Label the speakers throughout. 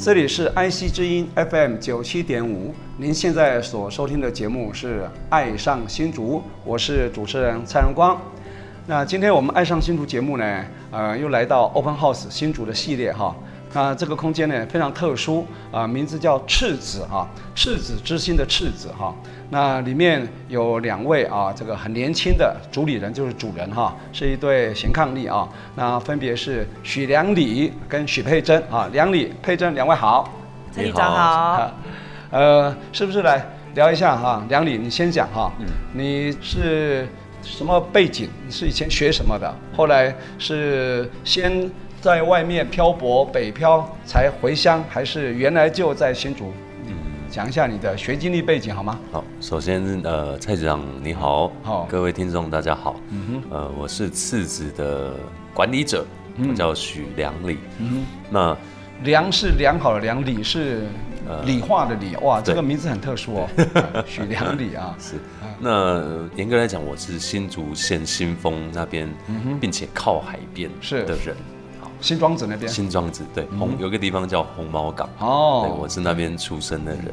Speaker 1: 这里是安溪之音 FM 九七点五，您现在所收听的节目是《爱上新竹》，我是主持人蔡荣光。那今天我们《爱上新竹》节目呢，呃，又来到 Open House 新竹的系列哈。那这个空间呢非常特殊啊、名字叫赤子啊，赤子之心的赤子哈。那里面有两位啊，这个很年轻的主理人就是主人哈，是一对贤伉俪啊。那分别是许良礼跟许佩珍啊，良礼、佩珍两位好。
Speaker 2: 蔡局长好，
Speaker 1: 啊，呃，是不是来聊一下哈？梁理，你先讲哈。
Speaker 3: 嗯
Speaker 1: 你是什么背景？你是以前学什么的？后来是先在外面漂泊北漂才回乡，还是原来就在新竹？嗯，讲一下你的学经历背景好吗？
Speaker 3: 好，首先呃，蔡局长你好，
Speaker 1: 好嗯
Speaker 3: 各位听众大家好，呃，我是次子的管理者，
Speaker 1: 嗯
Speaker 3: 我叫许良礼，那
Speaker 1: 梁是良好的梁，理是理化的理。哇，这
Speaker 3: 呃对
Speaker 1: 个名字很特殊 哦，许良理啊。
Speaker 3: 是那呃严格来讲，我是新竹县新丰那边，
Speaker 1: 嗯
Speaker 3: 并且靠海边
Speaker 1: 是
Speaker 3: 的人，好，
Speaker 1: 新庄子那边。
Speaker 3: 新庄子对红有一个地方叫红毛港，
Speaker 1: 嗯
Speaker 3: 对，
Speaker 1: 哦嗯
Speaker 3: 我，是那边出生的人。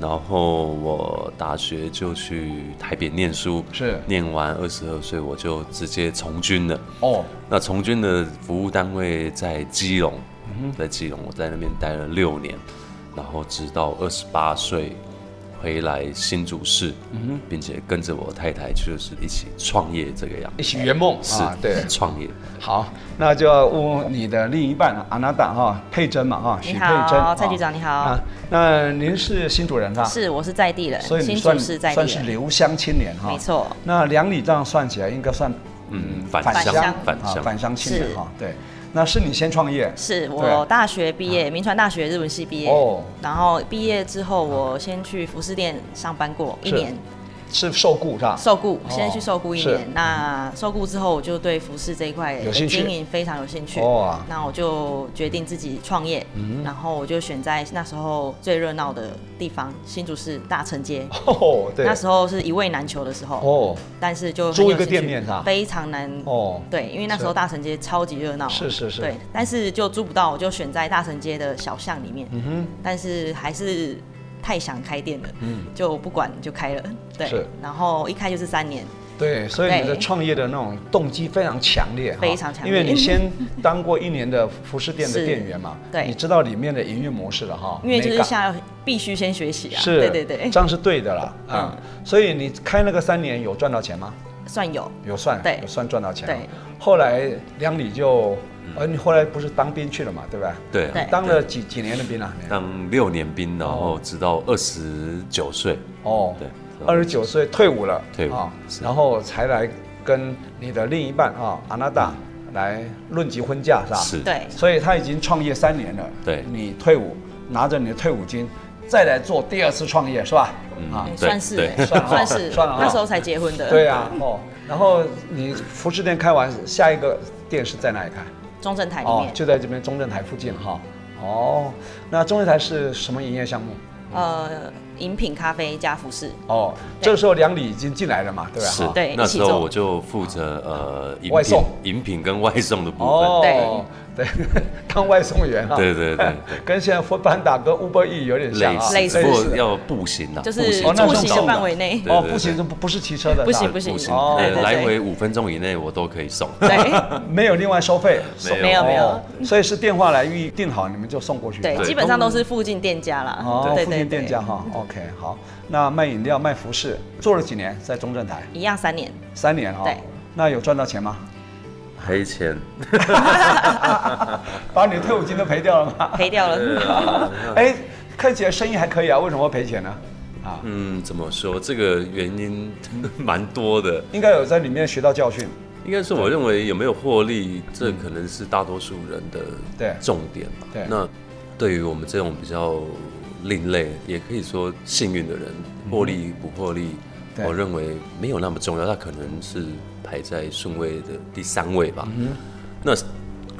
Speaker 3: 然后我大学就去台北念书，
Speaker 1: 是
Speaker 3: 念完二十二岁我就直接从军了。
Speaker 1: 哦，
Speaker 3: 那从军的服务单位在基隆，
Speaker 1: 嗯
Speaker 3: 在基隆，我在那边待了六年，然后直到二十八岁回来新竹市，
Speaker 1: 嗯
Speaker 3: 并且跟着我太太就是一起创业这个样
Speaker 1: 一
Speaker 3: 子，
Speaker 1: 起圆梦
Speaker 3: 哎是
Speaker 1: 啊，对。
Speaker 3: 创业。
Speaker 1: 好，那就要问你的另一半阿娜达哈佩珍嘛哈，许
Speaker 2: 你
Speaker 1: 佩珍
Speaker 2: 好，
Speaker 1: 啊
Speaker 2: 蔡局长你好
Speaker 1: 啊，，那您是新主人哈，，
Speaker 2: 是我是在地人，
Speaker 1: 所以你
Speaker 2: 新
Speaker 1: 算
Speaker 2: 竹市在地
Speaker 1: 算是啊
Speaker 2: 人，
Speaker 1: 留乡青年哈，
Speaker 2: 没。错，
Speaker 1: 那两里这样算起来，应该算
Speaker 3: 嗯，返
Speaker 1: 返
Speaker 2: 乡
Speaker 1: 乡
Speaker 3: 返
Speaker 1: 啊
Speaker 3: 乡，
Speaker 1: 返乡青年
Speaker 2: 是
Speaker 1: 哈，对。那是你先创业，
Speaker 2: 是我
Speaker 1: 对啊
Speaker 2: 大学毕业，民传大学日文系毕业
Speaker 1: 哦，
Speaker 2: 然后毕业之后我先去服饰店上班过一
Speaker 1: 是
Speaker 2: 年，
Speaker 1: 是受雇是吧？
Speaker 2: 受雇，
Speaker 1: 哦
Speaker 2: 先去受雇一
Speaker 1: 是
Speaker 2: 年，那受雇之后我就对服饰这一块
Speaker 1: 有
Speaker 2: 的
Speaker 1: 兴趣哦
Speaker 2: 经营非常有兴趣
Speaker 1: 哇，
Speaker 2: 那我就决定自己创业，
Speaker 1: 嗯
Speaker 2: 然后我就选在那时候最热闹的地方新竹市大城街。
Speaker 1: 哦，对
Speaker 2: 那，时候是一位难求的时候，
Speaker 1: 哦，
Speaker 2: 但是就很
Speaker 1: 租一
Speaker 2: 有
Speaker 1: 个
Speaker 2: 兴
Speaker 1: 店
Speaker 2: 趣
Speaker 1: 面是吧
Speaker 2: 非常难
Speaker 1: 哦，
Speaker 2: 对，因为那时候
Speaker 1: 是
Speaker 2: 大城街超级热闹，
Speaker 1: 是是是
Speaker 2: 对，但是就租不到，我就选在大城街的小巷里面，嗯哼，但是还是太想开店了，嗯，就不管就开了，对，
Speaker 1: 是
Speaker 2: 然后一开就是三年，
Speaker 1: 对，所以你的
Speaker 2: 对
Speaker 1: 创业的那种动机非常强烈哈，
Speaker 2: 非常强烈
Speaker 1: 因为你先当过一年的服饰店的
Speaker 2: 是
Speaker 1: 店员嘛，
Speaker 2: 对
Speaker 1: 你知道里面的营运模式了哈，
Speaker 2: 因为就是
Speaker 1: mega
Speaker 2: 下必须先学习啊，
Speaker 1: 是，
Speaker 2: 对对对嗯
Speaker 1: 这，样是对的啦，啊、所以你开那个三年有赚到钱吗？
Speaker 2: 算有，
Speaker 1: 有算，
Speaker 2: 对
Speaker 1: 有算赚到钱。
Speaker 2: 对，
Speaker 1: 后来梁理就，呃，你后来不是当兵去了嘛，对吧？
Speaker 3: 对啊
Speaker 2: 对
Speaker 1: 当了几几年的兵啊？
Speaker 3: 当六年兵，然后直到二十九岁，
Speaker 1: 哦，
Speaker 3: 对，
Speaker 1: 二十九岁退伍了，
Speaker 3: 退伍
Speaker 1: 啊
Speaker 3: 是
Speaker 1: 然后才来跟你的另一半啊，阿娜达来论及婚嫁是吧？
Speaker 3: 嗯是，
Speaker 2: 啊对，
Speaker 1: 所以他已经创业三年了，
Speaker 3: 对
Speaker 1: 你退伍拿着你的退伍金再来做第二次创业是吧？
Speaker 3: 嗯
Speaker 1: 啊，
Speaker 3: 对
Speaker 2: 算是
Speaker 3: 对
Speaker 2: 欸
Speaker 1: 算了哈
Speaker 2: 算是，
Speaker 1: 算了哈
Speaker 2: 那时候才结婚的，
Speaker 1: 对啊，哦，然后你服饰店开完，下一个店是在哪里开？
Speaker 2: 中正台里
Speaker 1: 哦
Speaker 2: 面，，
Speaker 1: 就在这边中正台附近哈。哦，那中正台是什么营业项目？
Speaker 2: 呃，饮品咖啡加服饰，
Speaker 1: 哦，这个时候梁理已经进来了嘛，对吧？
Speaker 3: 是
Speaker 1: 哈，
Speaker 2: 对
Speaker 3: 那
Speaker 2: 一起
Speaker 3: 时候
Speaker 2: 做
Speaker 3: 我就负责呃饮
Speaker 1: 外
Speaker 3: 品
Speaker 1: 送、
Speaker 3: 饮品跟外送的部分。
Speaker 1: 哦，对， 当外送员啊，
Speaker 3: 对对对，
Speaker 1: 跟现在 f o o d Panda 跟 Uber E 有点像
Speaker 3: 类
Speaker 1: 啊，
Speaker 3: 似，
Speaker 2: 类似
Speaker 3: 不过要步行啦，
Speaker 2: 就是
Speaker 3: 步行
Speaker 1: 哦那
Speaker 2: 步
Speaker 1: 是
Speaker 2: 行
Speaker 1: 走
Speaker 2: 的
Speaker 1: 的
Speaker 2: 范 围内，
Speaker 3: 对
Speaker 1: 哦，不行，这不不是骑车的，
Speaker 2: 不行
Speaker 1: 是吧
Speaker 2: 不行
Speaker 3: 步行，
Speaker 1: 哦
Speaker 3: 呃
Speaker 2: 对对对
Speaker 3: 来回五分钟以内我都可以送。
Speaker 2: 对。
Speaker 1: 没有另外收费，送
Speaker 3: 没有
Speaker 2: 没有
Speaker 1: 哦所以是电话来预定好，你们就送过去。
Speaker 2: 对，
Speaker 3: 对
Speaker 2: 基本上都是附近店家啦。
Speaker 1: 哦，
Speaker 2: 对
Speaker 1: 附近店家，哈，OK，好，那卖饮料、卖服饰，做了几年？在中正台
Speaker 2: 对对一样三年，
Speaker 1: 三年哈、
Speaker 2: 对
Speaker 1: 那有赚到钱吗？
Speaker 3: 赔钱，
Speaker 1: 把你退伍金都赔掉了吗？
Speaker 2: 赔掉了。
Speaker 1: 哎，看起来生意还可以啊，为什么会赔钱呢？啊，
Speaker 3: 嗯，怎么说？这个原因蛮多的，
Speaker 1: 应该有在里面学到教训。
Speaker 3: 应该是我认为有没有获利，这可能是大多数人
Speaker 1: 嗯对
Speaker 3: 的重点吧。
Speaker 1: 对
Speaker 3: 那对于我们这种比较另类，也可以说幸运的人，获利不获利，
Speaker 1: 嗯对
Speaker 3: 我认为没有那么重要，它可能是排在顺位的第三位吧。
Speaker 1: 嗯
Speaker 3: 那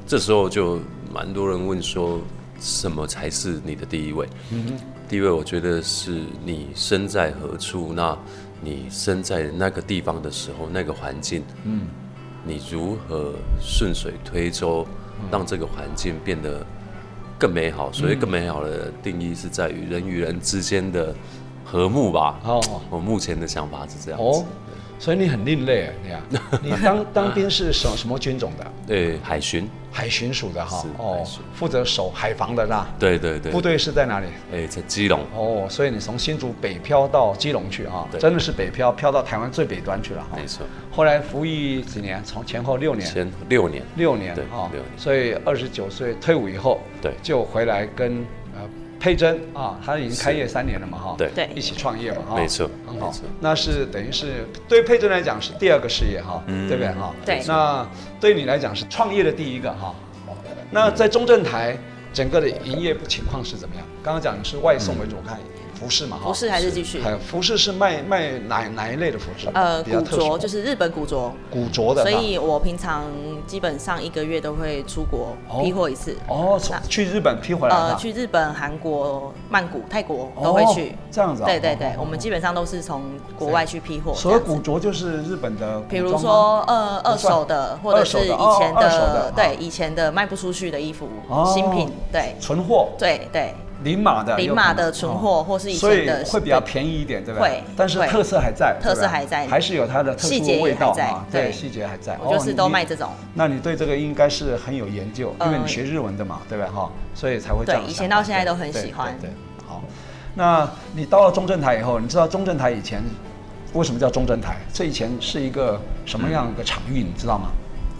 Speaker 3: 这时候就蛮多人问说，什么才是你的第一位？
Speaker 1: 嗯
Speaker 3: 第一位，我觉得是你身在何处，那你身在那个地方的时候，那个环境，嗯，你如何顺水推舟，
Speaker 1: 嗯
Speaker 3: 让这个环境变得更美好？所以更美好的定义是在于人与人之间的和睦吧。
Speaker 1: 哦
Speaker 3: 我目前的想法是这样子
Speaker 1: 哦。，所以你很另类，啊你 看，你当当兵是什什么军种的？
Speaker 3: 对，海巡，
Speaker 1: 海巡署的哈
Speaker 3: 是，海
Speaker 1: 哦
Speaker 3: 巡，
Speaker 1: 负责守海防的啦。
Speaker 3: 对对对，
Speaker 1: 部，队是在哪里？
Speaker 3: 哎，在基隆，
Speaker 1: 哦，所以你从新竹北漂到基隆去啊，
Speaker 3: 对
Speaker 1: 真的是北漂，漂到台湾最北端去了哈。
Speaker 3: 没错，
Speaker 1: 后来服役几年？从前后六年，
Speaker 3: 前六年，
Speaker 1: 六年
Speaker 3: 对
Speaker 1: 啊
Speaker 3: 六。年
Speaker 1: 所以二十九岁退伍以后，
Speaker 3: 对
Speaker 1: 就回来跟呃佩珍啊，她已经开业三年了嘛哈，
Speaker 3: 对
Speaker 2: 对
Speaker 1: 一起创业嘛哈，
Speaker 3: 没错
Speaker 1: 很好
Speaker 3: 没错，
Speaker 1: 那是等于是对佩珍来讲是第二个事业哈，
Speaker 3: 嗯
Speaker 1: 对不对哈？
Speaker 2: 对
Speaker 1: 那对你来讲是创业的第一个哈。那在中正台整个的营业情况是怎么样？刚刚讲是外送为主，我看服饰嘛哈，
Speaker 2: 服饰还是继续，
Speaker 1: 还服饰是卖卖哪哪一类的服饰？
Speaker 2: 呃，
Speaker 1: 比较
Speaker 2: 古
Speaker 1: 特殊
Speaker 2: 着就是日本古着，
Speaker 1: 古着的哈，
Speaker 2: 所以我平常基本上一个月都会出国
Speaker 1: 哦
Speaker 2: 批货一次。
Speaker 1: 哦，
Speaker 2: 那
Speaker 1: 去日本批回来
Speaker 2: 呃，
Speaker 1: 哈。
Speaker 2: 去日本、韩国、曼谷、泰国
Speaker 1: 哦
Speaker 2: 都会去。
Speaker 1: 这样子啊
Speaker 2: 对
Speaker 1: 哦
Speaker 2: 对
Speaker 1: 哦
Speaker 2: 对
Speaker 1: 哦，
Speaker 2: 我们基本上都是从国外去批货。
Speaker 1: 所谓
Speaker 2: 哦这样子
Speaker 1: 古着就是日本的古装吗，
Speaker 2: 比如说呃
Speaker 1: 不
Speaker 2: 二
Speaker 1: 算
Speaker 2: 手的，或者是以
Speaker 1: 哦
Speaker 2: 前
Speaker 1: 二手的
Speaker 2: 的，
Speaker 1: 啊
Speaker 2: 对以前的卖不出去的衣服
Speaker 1: 哦，
Speaker 2: 新品，对
Speaker 1: 存货，
Speaker 2: 对对，
Speaker 1: 零码的，
Speaker 2: 零码的存货
Speaker 1: 哦
Speaker 2: 或是以
Speaker 1: 所以
Speaker 2: 前的
Speaker 1: 会比较便宜一点，对不对？
Speaker 2: 会
Speaker 1: 但是
Speaker 2: 会
Speaker 1: 特色还在，
Speaker 2: 特色
Speaker 1: 对吧
Speaker 2: 还在
Speaker 1: 还是有它的特
Speaker 2: 细
Speaker 1: 殊
Speaker 2: 节也
Speaker 1: 味道
Speaker 2: 还在
Speaker 1: 啊，
Speaker 2: 对
Speaker 1: 对，细节还在。
Speaker 2: 我就是
Speaker 1: 哦
Speaker 2: 都卖这。种。嗯
Speaker 1: 你那你对这个应该是很有研究，因为你学日文的嘛，对吧？哈，所以才会这样
Speaker 2: 对
Speaker 1: 想法。
Speaker 2: 以前到现在都很喜欢
Speaker 1: 对，对对好。那你到了中正台以后，你知道中正台以前为什么叫中正台？这以前是一个什么样的场域，你知道吗？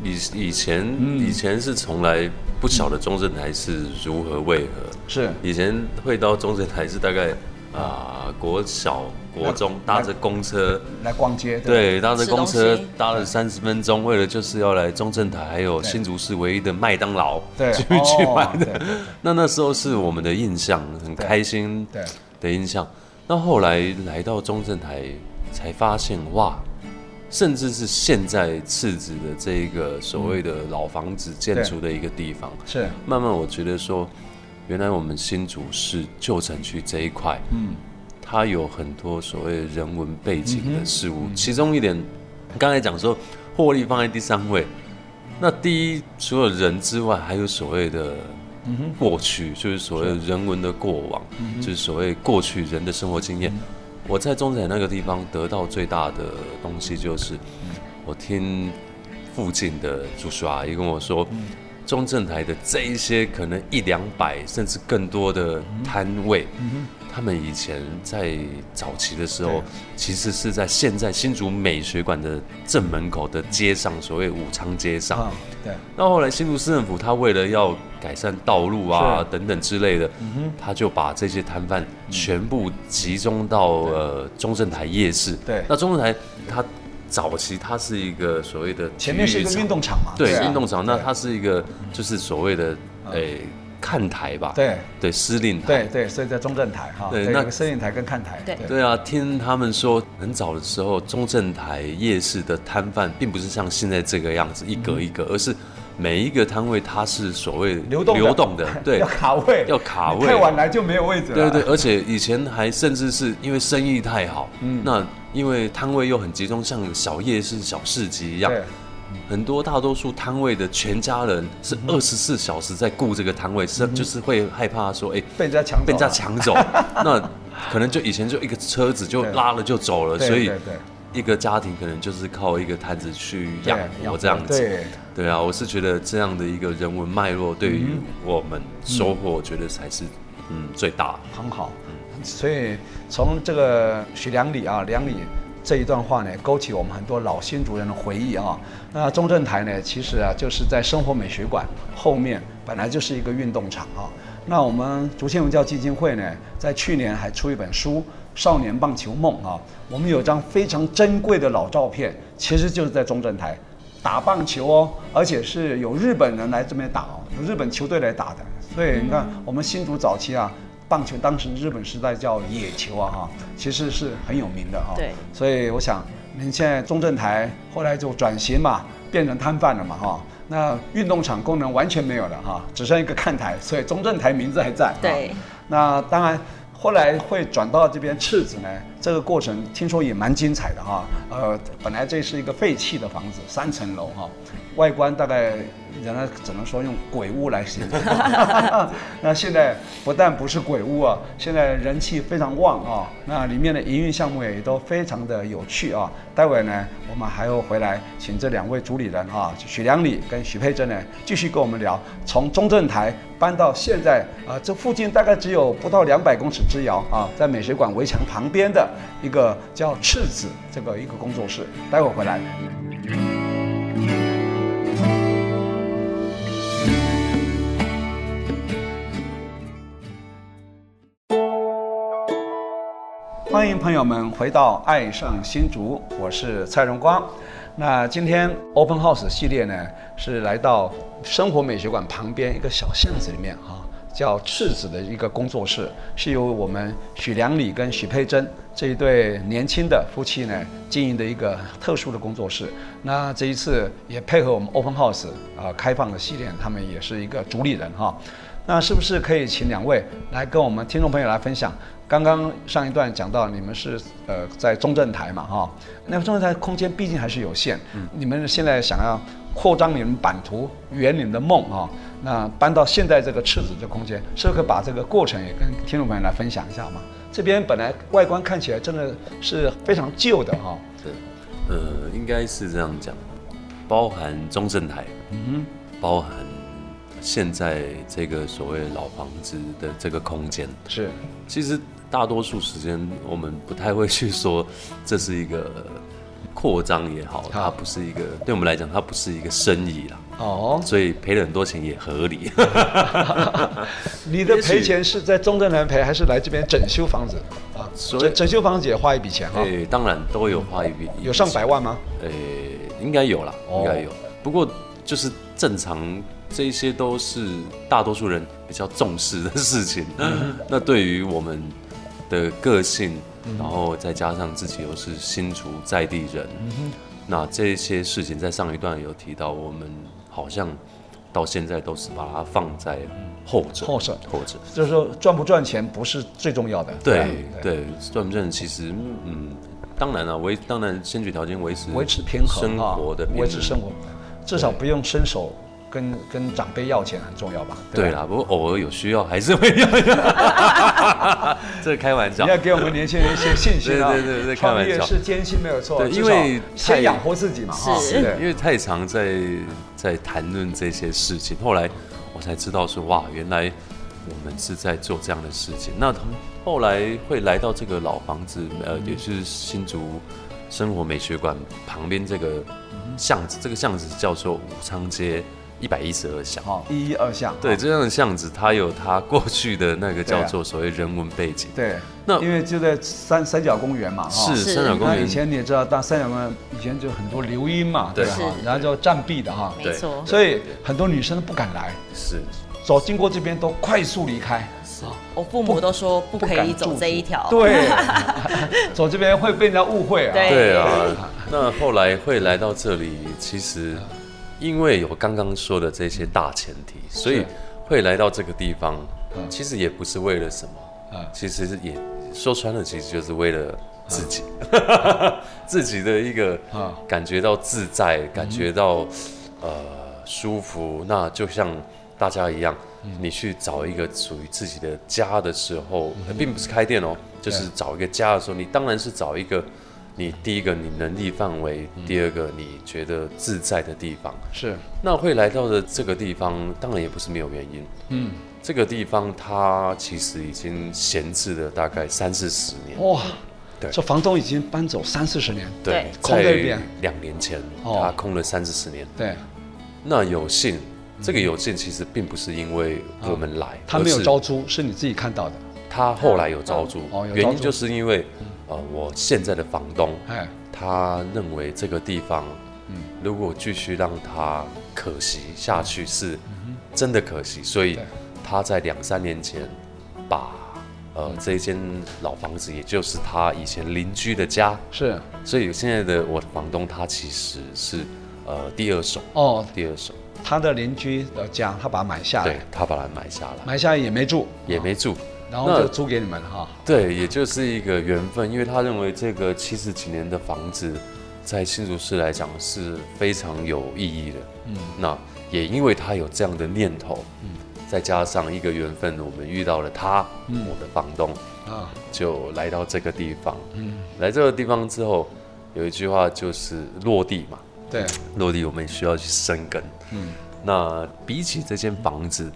Speaker 3: 以以前、
Speaker 1: 嗯
Speaker 3: 以前是从来不晓得中正台是如何为何，
Speaker 1: 是
Speaker 3: 以前会到中正台是大概啊、国小国中
Speaker 1: 那
Speaker 3: 搭着公车，
Speaker 1: 来逛街，吧
Speaker 3: 对，搭着公车
Speaker 2: 吃东西
Speaker 3: 搭了三十分钟，为了就是要来中正台还有
Speaker 1: 对
Speaker 3: 新竹市唯一的麦当劳
Speaker 1: 对
Speaker 3: 去
Speaker 1: 哦
Speaker 3: 去买
Speaker 1: 对
Speaker 3: 的
Speaker 1: 对对。
Speaker 3: 那那时候是我们的印象，很
Speaker 1: 对
Speaker 3: 开心
Speaker 1: 对
Speaker 3: 的印象。那后来来到中正台才发现哇。甚至是现在次子的这一个所谓的
Speaker 1: 嗯
Speaker 3: 老房子建筑的一个地方，
Speaker 1: 是
Speaker 3: 慢慢我觉得说，原来我们新竹市旧城区这一块，嗯，它有很多所谓人文背景的事物，其中一点，刚才讲说获利放在第三位，那第一除了人之外，还有所谓的。过去就是所谓人文的过往，就是所谓过去人的生活经验。我在中仔那个地方得到最大的东西就是，我听附近的叔叔阿姨跟我说，中正台的这一些可能一两百甚至更多的摊位，他们以前在早期的时
Speaker 1: 对
Speaker 3: 候，其实是在现在新竹美学馆的正门口的街上，所谓武昌街上。
Speaker 1: 啊，对，
Speaker 3: 那后来新竹市政府，他为了要改善道路啊
Speaker 1: 是嗯
Speaker 3: 等等之类的，他就把这些摊贩全部集中到呃中正台夜市。
Speaker 1: 对
Speaker 3: 那中正台它早期它是一个所谓的
Speaker 1: 前面是一个
Speaker 3: 体育
Speaker 1: 运动场嘛，
Speaker 3: 对
Speaker 1: 啊
Speaker 3: 运动场，那
Speaker 1: 对啊
Speaker 3: 它是一个就是所谓的诶看台吧？
Speaker 1: 对
Speaker 3: 对司令台。
Speaker 1: 对对，所以在中正台哈，
Speaker 3: 对
Speaker 1: 对，
Speaker 3: 那
Speaker 1: 有个司令台跟看台，
Speaker 2: 对
Speaker 3: 对啊，听他们说，很早的时候，中正台夜市的摊贩并不是像现在这个样子一格一格，而是每一个摊位它是所谓
Speaker 1: 流动的
Speaker 3: 流动 的，对
Speaker 1: 要，卡位，
Speaker 3: 要卡位
Speaker 1: 你太晚来就没有位置了，啊
Speaker 3: 对对，，而且以前还甚至是因为生意太好，
Speaker 1: 嗯
Speaker 3: 那因为摊位又很集中，像小夜市、小市集一样
Speaker 1: 对，
Speaker 3: 很多大多数摊位的全家人
Speaker 1: 嗯
Speaker 3: 是二十四小时在顾这个摊位，是、就是会害怕说，哎、
Speaker 1: 被人家抢走了，
Speaker 3: 被人家抢 走，那可能就以前就一个车子就
Speaker 1: 对
Speaker 3: 拉了就走了，
Speaker 1: 对
Speaker 3: 所以
Speaker 1: 对对
Speaker 3: 一个家庭可能就是靠一个摊子去
Speaker 1: 对，
Speaker 3: 养活这样子。
Speaker 1: 对，
Speaker 3: 对啊，我是觉得这样的一个人文脉络对于
Speaker 1: 嗯
Speaker 3: 我们收获，我觉得才是嗯最大。
Speaker 1: 很好。所以从这个许良礼啊，良礼这一段话呢，勾起我们很多老新竹人的回忆啊。那中正台呢，其实啊，就是在生活美学馆后面，本来就是一个运动场啊。那我们竹县文教基金会呢，在去年还出一本书，少年棒球梦啊，我们有一张非常珍贵的老照片，其实就是在中正台打棒球哦，而且是有日本人来这边打哦，有日本球队来打的。所以你看，我们新竹早期啊，棒球当时日本时代叫野球啊哈，其实是很有名的哈、
Speaker 2: 对
Speaker 1: 所以我想，您现在中正台后来就转型嘛，变成摊贩了嘛哈、那运动场功能完全没有了哈、只剩一个看台，所以中正台名字还在。
Speaker 2: 对，
Speaker 1: 啊那当然，后来会转到这边赤子呢，这个过程听说也蛮精彩的哈。呃，本来这是一个废弃的房子，三层楼哈，外观大概人家只能说用鬼屋来形容。那现在不但不是鬼屋啊，现在人气非常旺啊。那里面的营运项目也都非常的有趣啊。待会呢，我们还要回来请这两位主理人啊，许良礼跟许佩珍呢，继续跟我们聊从中正台搬到现在啊、这附近大概只有不到两百公尺之遥啊，在美学馆围墙旁边的一个叫赤子这个一个工作室。待会回来。欢迎朋友们回到《爱上新竹》，我是蔡荣光。那今天 Open House 系列呢，是来到生活美学馆旁边一个小巷子里面哈、叫赤子的一个工作室，是由我们许良礼跟许佩珍这一对年轻的夫妻呢经营的一个特殊的工作室。那这一次也配合我们 Open House 啊、开放的系列，他们也是一个主理人哈、那是不是可以请两位来跟我们听众朋友来分享？刚刚上一段讲到你们是呃在中正台嘛哈、那个中正台空间毕竟还是有限，
Speaker 3: 嗯
Speaker 1: 你们现在想要扩张你们版图、圆你们的梦哈、那搬到现在这个赤子这空间，是不是可以把这个过程也跟听众朋友来分享一下嘛？这边本来外观看起来真的是非常旧的哈、
Speaker 3: 对，呃，应该是这样讲，包含中正台，嗯，包含现在这个所谓老房子的这个空间，
Speaker 1: 是
Speaker 3: 其实大多数时间我们不太会去说这是一个呃扩张也好，它不是一个对我们来讲它不是一个生意啦，
Speaker 1: 哦，
Speaker 3: 所以赔了很多钱也合理。
Speaker 1: 你的
Speaker 3: 也许
Speaker 1: 赔钱是在中正台赔，还是来这边整修房子啊？
Speaker 3: 所以
Speaker 1: 整整修房子也花一笔钱哈、
Speaker 3: 对，当然都有花一笔，
Speaker 1: 有上百万吗？
Speaker 3: 呃，应该有啦，
Speaker 1: 哦
Speaker 3: 应该有。不过就是正常，这些都是大多数人比较重视的事情。
Speaker 1: 嗯
Speaker 3: 那对于我们的个性，
Speaker 1: 嗯
Speaker 3: 然后再加上自己又是新竹在地人，
Speaker 1: 嗯
Speaker 3: 那这些事情在上一段有提到，我们好像到现在都是把它放在后者，
Speaker 1: 后者
Speaker 3: 后者。
Speaker 1: 就是说赚不赚钱不是最重要的。啊吧
Speaker 3: 对对，赚不赚其实嗯，当然了、维当然先决条件维持
Speaker 1: 维持平衡
Speaker 3: 生
Speaker 1: 啊
Speaker 3: 活的平衡
Speaker 1: 维持生活，至少不用伸手跟跟长辈要钱很重要吧？
Speaker 3: 对
Speaker 1: 吧，
Speaker 3: 啦，不过偶尔有 需要还是会要的，这个开玩笑
Speaker 1: 你。要给我们年轻人一些信心啊！
Speaker 3: 对对对对开
Speaker 1: 创
Speaker 3: 玩
Speaker 1: 业
Speaker 3: 笑
Speaker 1: 是艰辛没有错，
Speaker 3: 对
Speaker 1: 至
Speaker 3: 因为
Speaker 1: 少先
Speaker 3: 太
Speaker 1: 养活自己嘛，哈，
Speaker 2: 是
Speaker 1: 对不
Speaker 3: 因
Speaker 1: 对
Speaker 3: 为太常在在谈论这些事情，后来我才知道说，哇，原来我们是在做这样的事情。
Speaker 1: 嗯
Speaker 3: 那后来会来到这个老房子，呃，也是新竹生活美学馆旁边这个
Speaker 1: 嗯
Speaker 3: 巷子，这个巷子叫做武昌街一百一十二巷。
Speaker 1: 好，一一二项，哈
Speaker 3: 对，这样的巷子，它有它过去的那
Speaker 1: 对
Speaker 3: 个
Speaker 1: 啊
Speaker 3: 叫做所谓人文背景。
Speaker 1: 对，
Speaker 3: 那
Speaker 1: 因为就在三三角公园嘛，哈
Speaker 3: 是
Speaker 2: 是
Speaker 3: 三角公
Speaker 1: 哦那
Speaker 3: 园
Speaker 1: 以前你也知道，大三角公园以前就很多流音嘛，
Speaker 3: 对
Speaker 1: 对哈，
Speaker 2: 是
Speaker 1: 然后就占壁的哈，
Speaker 2: 没错，
Speaker 1: 所以很多女生不敢来，
Speaker 3: 是
Speaker 1: 走经过这边都快速离开。
Speaker 2: 我父母都说不可以走这一条，
Speaker 1: 对，走这边会被人家误会啊。
Speaker 2: 对
Speaker 3: 对啊，那后来会来到这里，其实因为有刚刚说的这些大前提，所以会来到这个地方，其实也不是为了什么
Speaker 1: 嗯，
Speaker 3: 其实也说穿了，其实就是为了自己，自己的一个
Speaker 1: 嗯
Speaker 3: 感觉到自在，感觉到呃舒服。那就像大家一样，你去找一个属于自己的家的时候，呃并不是开店哦，就是找一个家的时候，你当然是找一个。你第一个你能力范围，第二个你觉得自在的地方，
Speaker 1: 是
Speaker 3: 那会来到的这个地方，当然也不是没有原因。嗯，这个地方它其实已经闲置了大概三四十年。
Speaker 1: 哇，
Speaker 3: 对
Speaker 1: 这房东已经搬走三四十年，
Speaker 3: 对，
Speaker 1: 空在一边
Speaker 3: 在两年前，
Speaker 1: 哦
Speaker 3: 它空了三四十年。
Speaker 1: 对
Speaker 3: 那有幸，这个有幸其实并不是因为我们来，
Speaker 1: 嗯他
Speaker 3: 而
Speaker 1: 没有
Speaker 3: 是
Speaker 1: 招租，是你自己看到的。
Speaker 3: 他后来有招租
Speaker 1: 哦，有
Speaker 3: 原
Speaker 1: 招
Speaker 3: 因
Speaker 1: 租嗯
Speaker 3: 就是因为呃，我现在的房东
Speaker 1: 哎，
Speaker 3: 他认为这个地方，
Speaker 1: 嗯
Speaker 3: 如果继续让它可惜下去是真的可惜，所以
Speaker 1: 嗯对
Speaker 3: 他在两三年前把呃
Speaker 1: 嗯
Speaker 3: 这一间老房子，也就是他以前邻居的家，
Speaker 1: 是
Speaker 3: 所以现在的我的房东他其实是呃第二手，
Speaker 1: 哦，
Speaker 3: 第二手，
Speaker 1: 他的邻居的家，他把它买下
Speaker 3: 对
Speaker 1: 来，
Speaker 3: 他把它买下来，
Speaker 1: 买下来也没住，哦
Speaker 3: 也没住。
Speaker 1: 然后
Speaker 3: 那
Speaker 1: 就租给你们哈。
Speaker 3: 对，也就是一个缘分，因为他认为这个七十几年的房子，在新竹市来讲是非常有意义的。嗯，那也因为他有这样的念头，嗯，再加上一个缘分，我们遇到了他，我的房东，
Speaker 1: 啊，
Speaker 3: 就来到这个地方。嗯，来这个地方之后，有一句话就是落地嘛，
Speaker 1: 对，
Speaker 3: 落地我们需要去生根。嗯，那比起这间房子，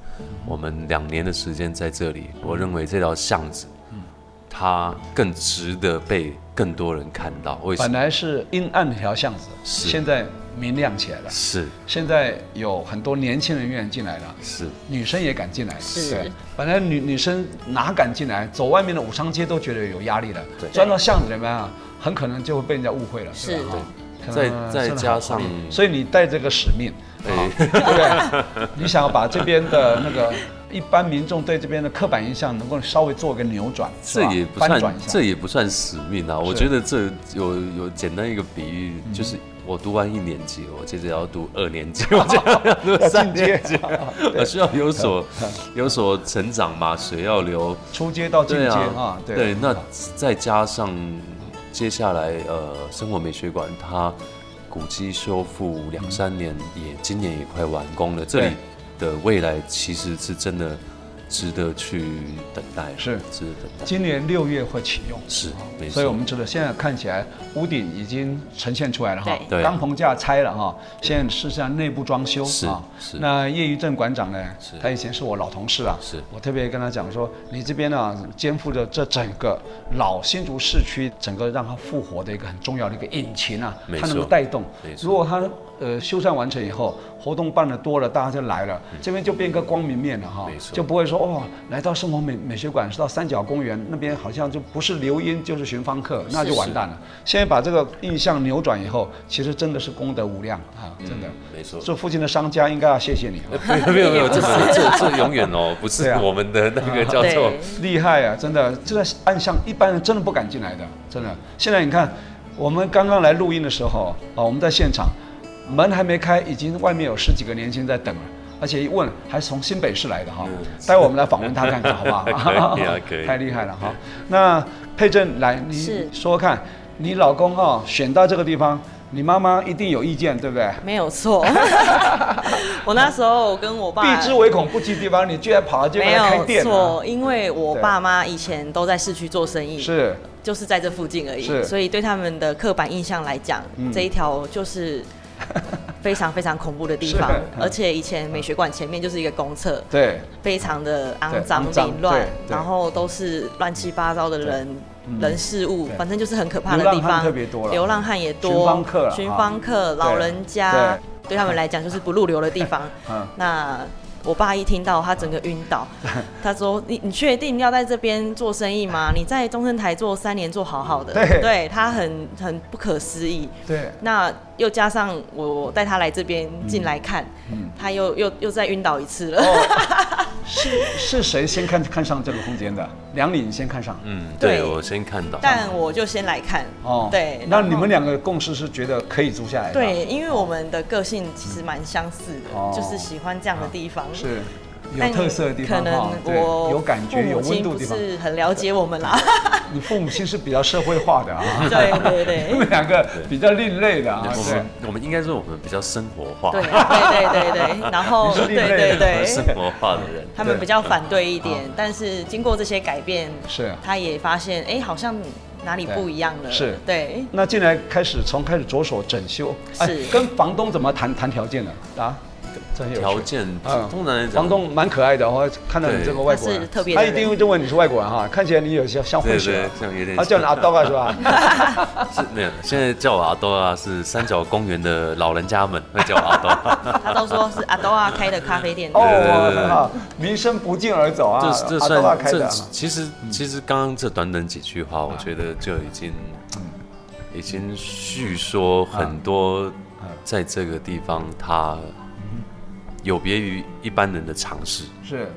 Speaker 3: 我们两年的时间在这里，我认为这条巷子，
Speaker 1: 嗯
Speaker 3: 它更值得被更多人看到。为什
Speaker 1: 本
Speaker 3: 么？
Speaker 1: 来是阴暗的一条巷子，
Speaker 3: 是
Speaker 1: 现在明亮起来了。
Speaker 3: 是
Speaker 1: 现在有很多年轻人愿意进来了，
Speaker 3: 是
Speaker 1: 女生也敢进来，
Speaker 2: 是
Speaker 1: 对，本来女女生哪敢进来，走外面的武昌街都觉得有压力了
Speaker 3: 对，
Speaker 1: 钻到巷子里面啊，很可能就会被人家误会了，
Speaker 2: 是
Speaker 1: 对吧哈可能
Speaker 3: 再再
Speaker 1: 真的很
Speaker 3: 加上
Speaker 1: 好所以你带这个使命，
Speaker 3: 哎
Speaker 1: 对不对？ 你想要把这边的那个一般民众对这边的刻板印象能够稍微做个扭转，是
Speaker 3: 这
Speaker 1: 吧
Speaker 3: 也不
Speaker 1: 翻转
Speaker 3: 算
Speaker 1: 一下，
Speaker 3: 这也不算使命啊。我觉得这有有简单一个比喻，
Speaker 1: 嗯
Speaker 3: 就是我读完一年级，我接着要读二 年级，我接着要读三 年级，我需要 有所有所成长嘛，水要流。
Speaker 1: 出街到进
Speaker 3: 对
Speaker 1: 阶
Speaker 3: 啊
Speaker 1: 啊，，
Speaker 3: 对，那再加上接下来呃，生活美学馆它古迹修复两三年，也今年也快完工了，这里的未来其实是真的值得去等待，啊
Speaker 1: 是
Speaker 3: 值得等待，
Speaker 1: 今年六月会启用，
Speaker 3: 是没错，
Speaker 1: 所以我们知道现在看起来屋顶已经呈现出来了哈
Speaker 2: 对，
Speaker 3: 对
Speaker 1: 钢棚架拆了哈，现在事实上内部装修
Speaker 3: 是
Speaker 1: 啊
Speaker 3: 是。
Speaker 1: 那叶余正馆长呢
Speaker 3: 是，
Speaker 1: 他以前是我老同事啊，
Speaker 3: 是
Speaker 1: 我特别跟他讲说，你这边呢、肩负着这整个老新竹市区整个让它复活的一个很重要的一个引擎啊
Speaker 3: 没，
Speaker 1: 它能够
Speaker 3: 错
Speaker 1: 带动
Speaker 3: 没。错
Speaker 1: 如果它呃修缮完成以后，活动办的多了，大家就来了，这边就变个光明面了哈
Speaker 3: 嗯没，错
Speaker 1: 就不会说哦，来到生活美美学馆是到三角公园那边好像就不是留音就是寻芳客，那就完蛋了。现在把这个印象扭转以后，其实真的是功德无量啊，真的。
Speaker 3: 嗯没错。
Speaker 1: 这附近的商家应该要谢谢你啊。
Speaker 3: 没有没有没有，这这这这永远哦，不是
Speaker 1: 对啊
Speaker 3: 我们的那个叫做
Speaker 2: 对，
Speaker 1: 厉害啊！真的，这个暗巷一般人真的不敢进来的，真的。现在你看，我们刚刚来录音的时候啊，我们在现场，门还没开，已经外面有十几个年轻人在等了，而且一问还是从新北市来的哈。待会我们来访问他看看，好不好？
Speaker 3: 可以啊可以
Speaker 1: 太厉害了哈！那佩珍来，你
Speaker 2: 是
Speaker 1: 说说看，你老公哈、选到这个地方，你妈妈一定有意见，对不对？
Speaker 2: 没 有错。我那时候跟我爸
Speaker 1: 避之唯恐不及地方，你居然跑到这
Speaker 2: 没
Speaker 1: 边来开
Speaker 2: 有
Speaker 1: 店、啊，
Speaker 2: 错，因为我
Speaker 1: 对
Speaker 2: 爸妈以前都在市区做生意，
Speaker 1: 是
Speaker 2: 就是在这附近而已，
Speaker 1: 是嗯
Speaker 2: 所以对他们的刻板印象来讲，这一条就是非常非常恐怖的地 方
Speaker 1: 是。
Speaker 2: 而且以前美学馆前面就是一个公厕，
Speaker 1: 对。
Speaker 2: 非常的
Speaker 1: 对
Speaker 2: 肮
Speaker 1: 肮
Speaker 2: 脏
Speaker 1: 脏
Speaker 2: 凌乱
Speaker 1: 对，对嗯
Speaker 2: 然后都是乱七八糟的人。人事物
Speaker 1: 对，
Speaker 2: 反正就是很可怕的
Speaker 1: 流浪
Speaker 2: 地
Speaker 1: 汉
Speaker 2: 方。
Speaker 1: 特别多了
Speaker 2: 流浪汉也多，
Speaker 1: 寻访客啦
Speaker 2: 寻访客
Speaker 1: 啊。
Speaker 2: 老人家，对他们来讲就是不入流的地方
Speaker 1: 嗯
Speaker 2: 那我爸一听到，他整个晕 倒。他说：“你你确定要在这边做生意吗？你在中正台做三年，做好好的。
Speaker 1: 对
Speaker 2: 他很很不可思议。
Speaker 1: 对，
Speaker 2: 那又加上我我带他来这边进来看，
Speaker 1: 嗯
Speaker 2: 他又又又再晕倒一次了。
Speaker 1: 哦，是是谁先看看上这个空间的？梁岭先看上。
Speaker 3: 嗯，
Speaker 2: 对
Speaker 3: 对我先看到，
Speaker 2: 但我就先来看，
Speaker 1: 哦，
Speaker 2: 对。
Speaker 1: 那
Speaker 2: 然后
Speaker 1: 你们两个共识是觉得可以租下来的。，
Speaker 2: 对，因为我们的个性其实蛮相似的，
Speaker 1: 哦
Speaker 2: 就是喜欢这样的地方。
Speaker 1: 是有
Speaker 2: 但
Speaker 1: 特色的地方
Speaker 2: 可
Speaker 1: 哈
Speaker 2: 能，
Speaker 1: 对
Speaker 2: 我
Speaker 1: 有感
Speaker 2: 父
Speaker 1: 觉、有
Speaker 2: 母
Speaker 1: 温
Speaker 2: 亲
Speaker 1: 度
Speaker 2: 不
Speaker 1: 的地方。
Speaker 2: 是很了解我们啦。
Speaker 1: 你父母亲是比较社会化的啊，
Speaker 2: 对 对
Speaker 1: 你
Speaker 2: 对
Speaker 1: 们两个比较另类的啊，
Speaker 3: 我
Speaker 1: 对
Speaker 3: 们。我们应该说我们比较生活化，
Speaker 2: 对对对对对，然后
Speaker 1: 你是
Speaker 2: 对
Speaker 1: 另类的
Speaker 2: 对
Speaker 3: 我们
Speaker 2: 对
Speaker 3: 生，活化的人，
Speaker 2: 他们比较反对一点，但是经过这些改变，
Speaker 1: 嗯是啊
Speaker 2: 他也发现，哎，好像哪里不一样了。
Speaker 1: 对是
Speaker 2: 对，
Speaker 1: 那进来开始从开始着手整修，哎
Speaker 2: 是
Speaker 1: 跟房东怎么谈谈条件的啊？这很有趣
Speaker 3: 条件，
Speaker 1: 嗯
Speaker 3: 通常来讲，
Speaker 1: 房东蛮可爱的哦，看到你这个外国
Speaker 2: 他是
Speaker 1: 人，
Speaker 2: 特别的
Speaker 1: 他一
Speaker 2: 人
Speaker 1: 定会问你是外国人哈，看起来你有些像
Speaker 3: 对
Speaker 1: 混血
Speaker 3: 对
Speaker 1: 啊，，
Speaker 3: 这样有点
Speaker 1: 他叫你阿豆啊是吧？
Speaker 3: 是没有，现在叫我阿多啊，是三角公园的老人家们会叫我阿 多，
Speaker 2: 他都说是阿多啊开的咖啡店。
Speaker 1: 哦，
Speaker 3: 对对对
Speaker 1: 很好，名声不胫而走啊，
Speaker 3: 这这
Speaker 1: 阿豆啊嗯
Speaker 3: 算
Speaker 1: 开
Speaker 3: 这
Speaker 1: 的，
Speaker 3: 其实其实刚刚这短短几句话，我觉得就已经
Speaker 1: 嗯
Speaker 3: 已经叙说很多在这个地方它有别于一般人的尝试。
Speaker 1: 是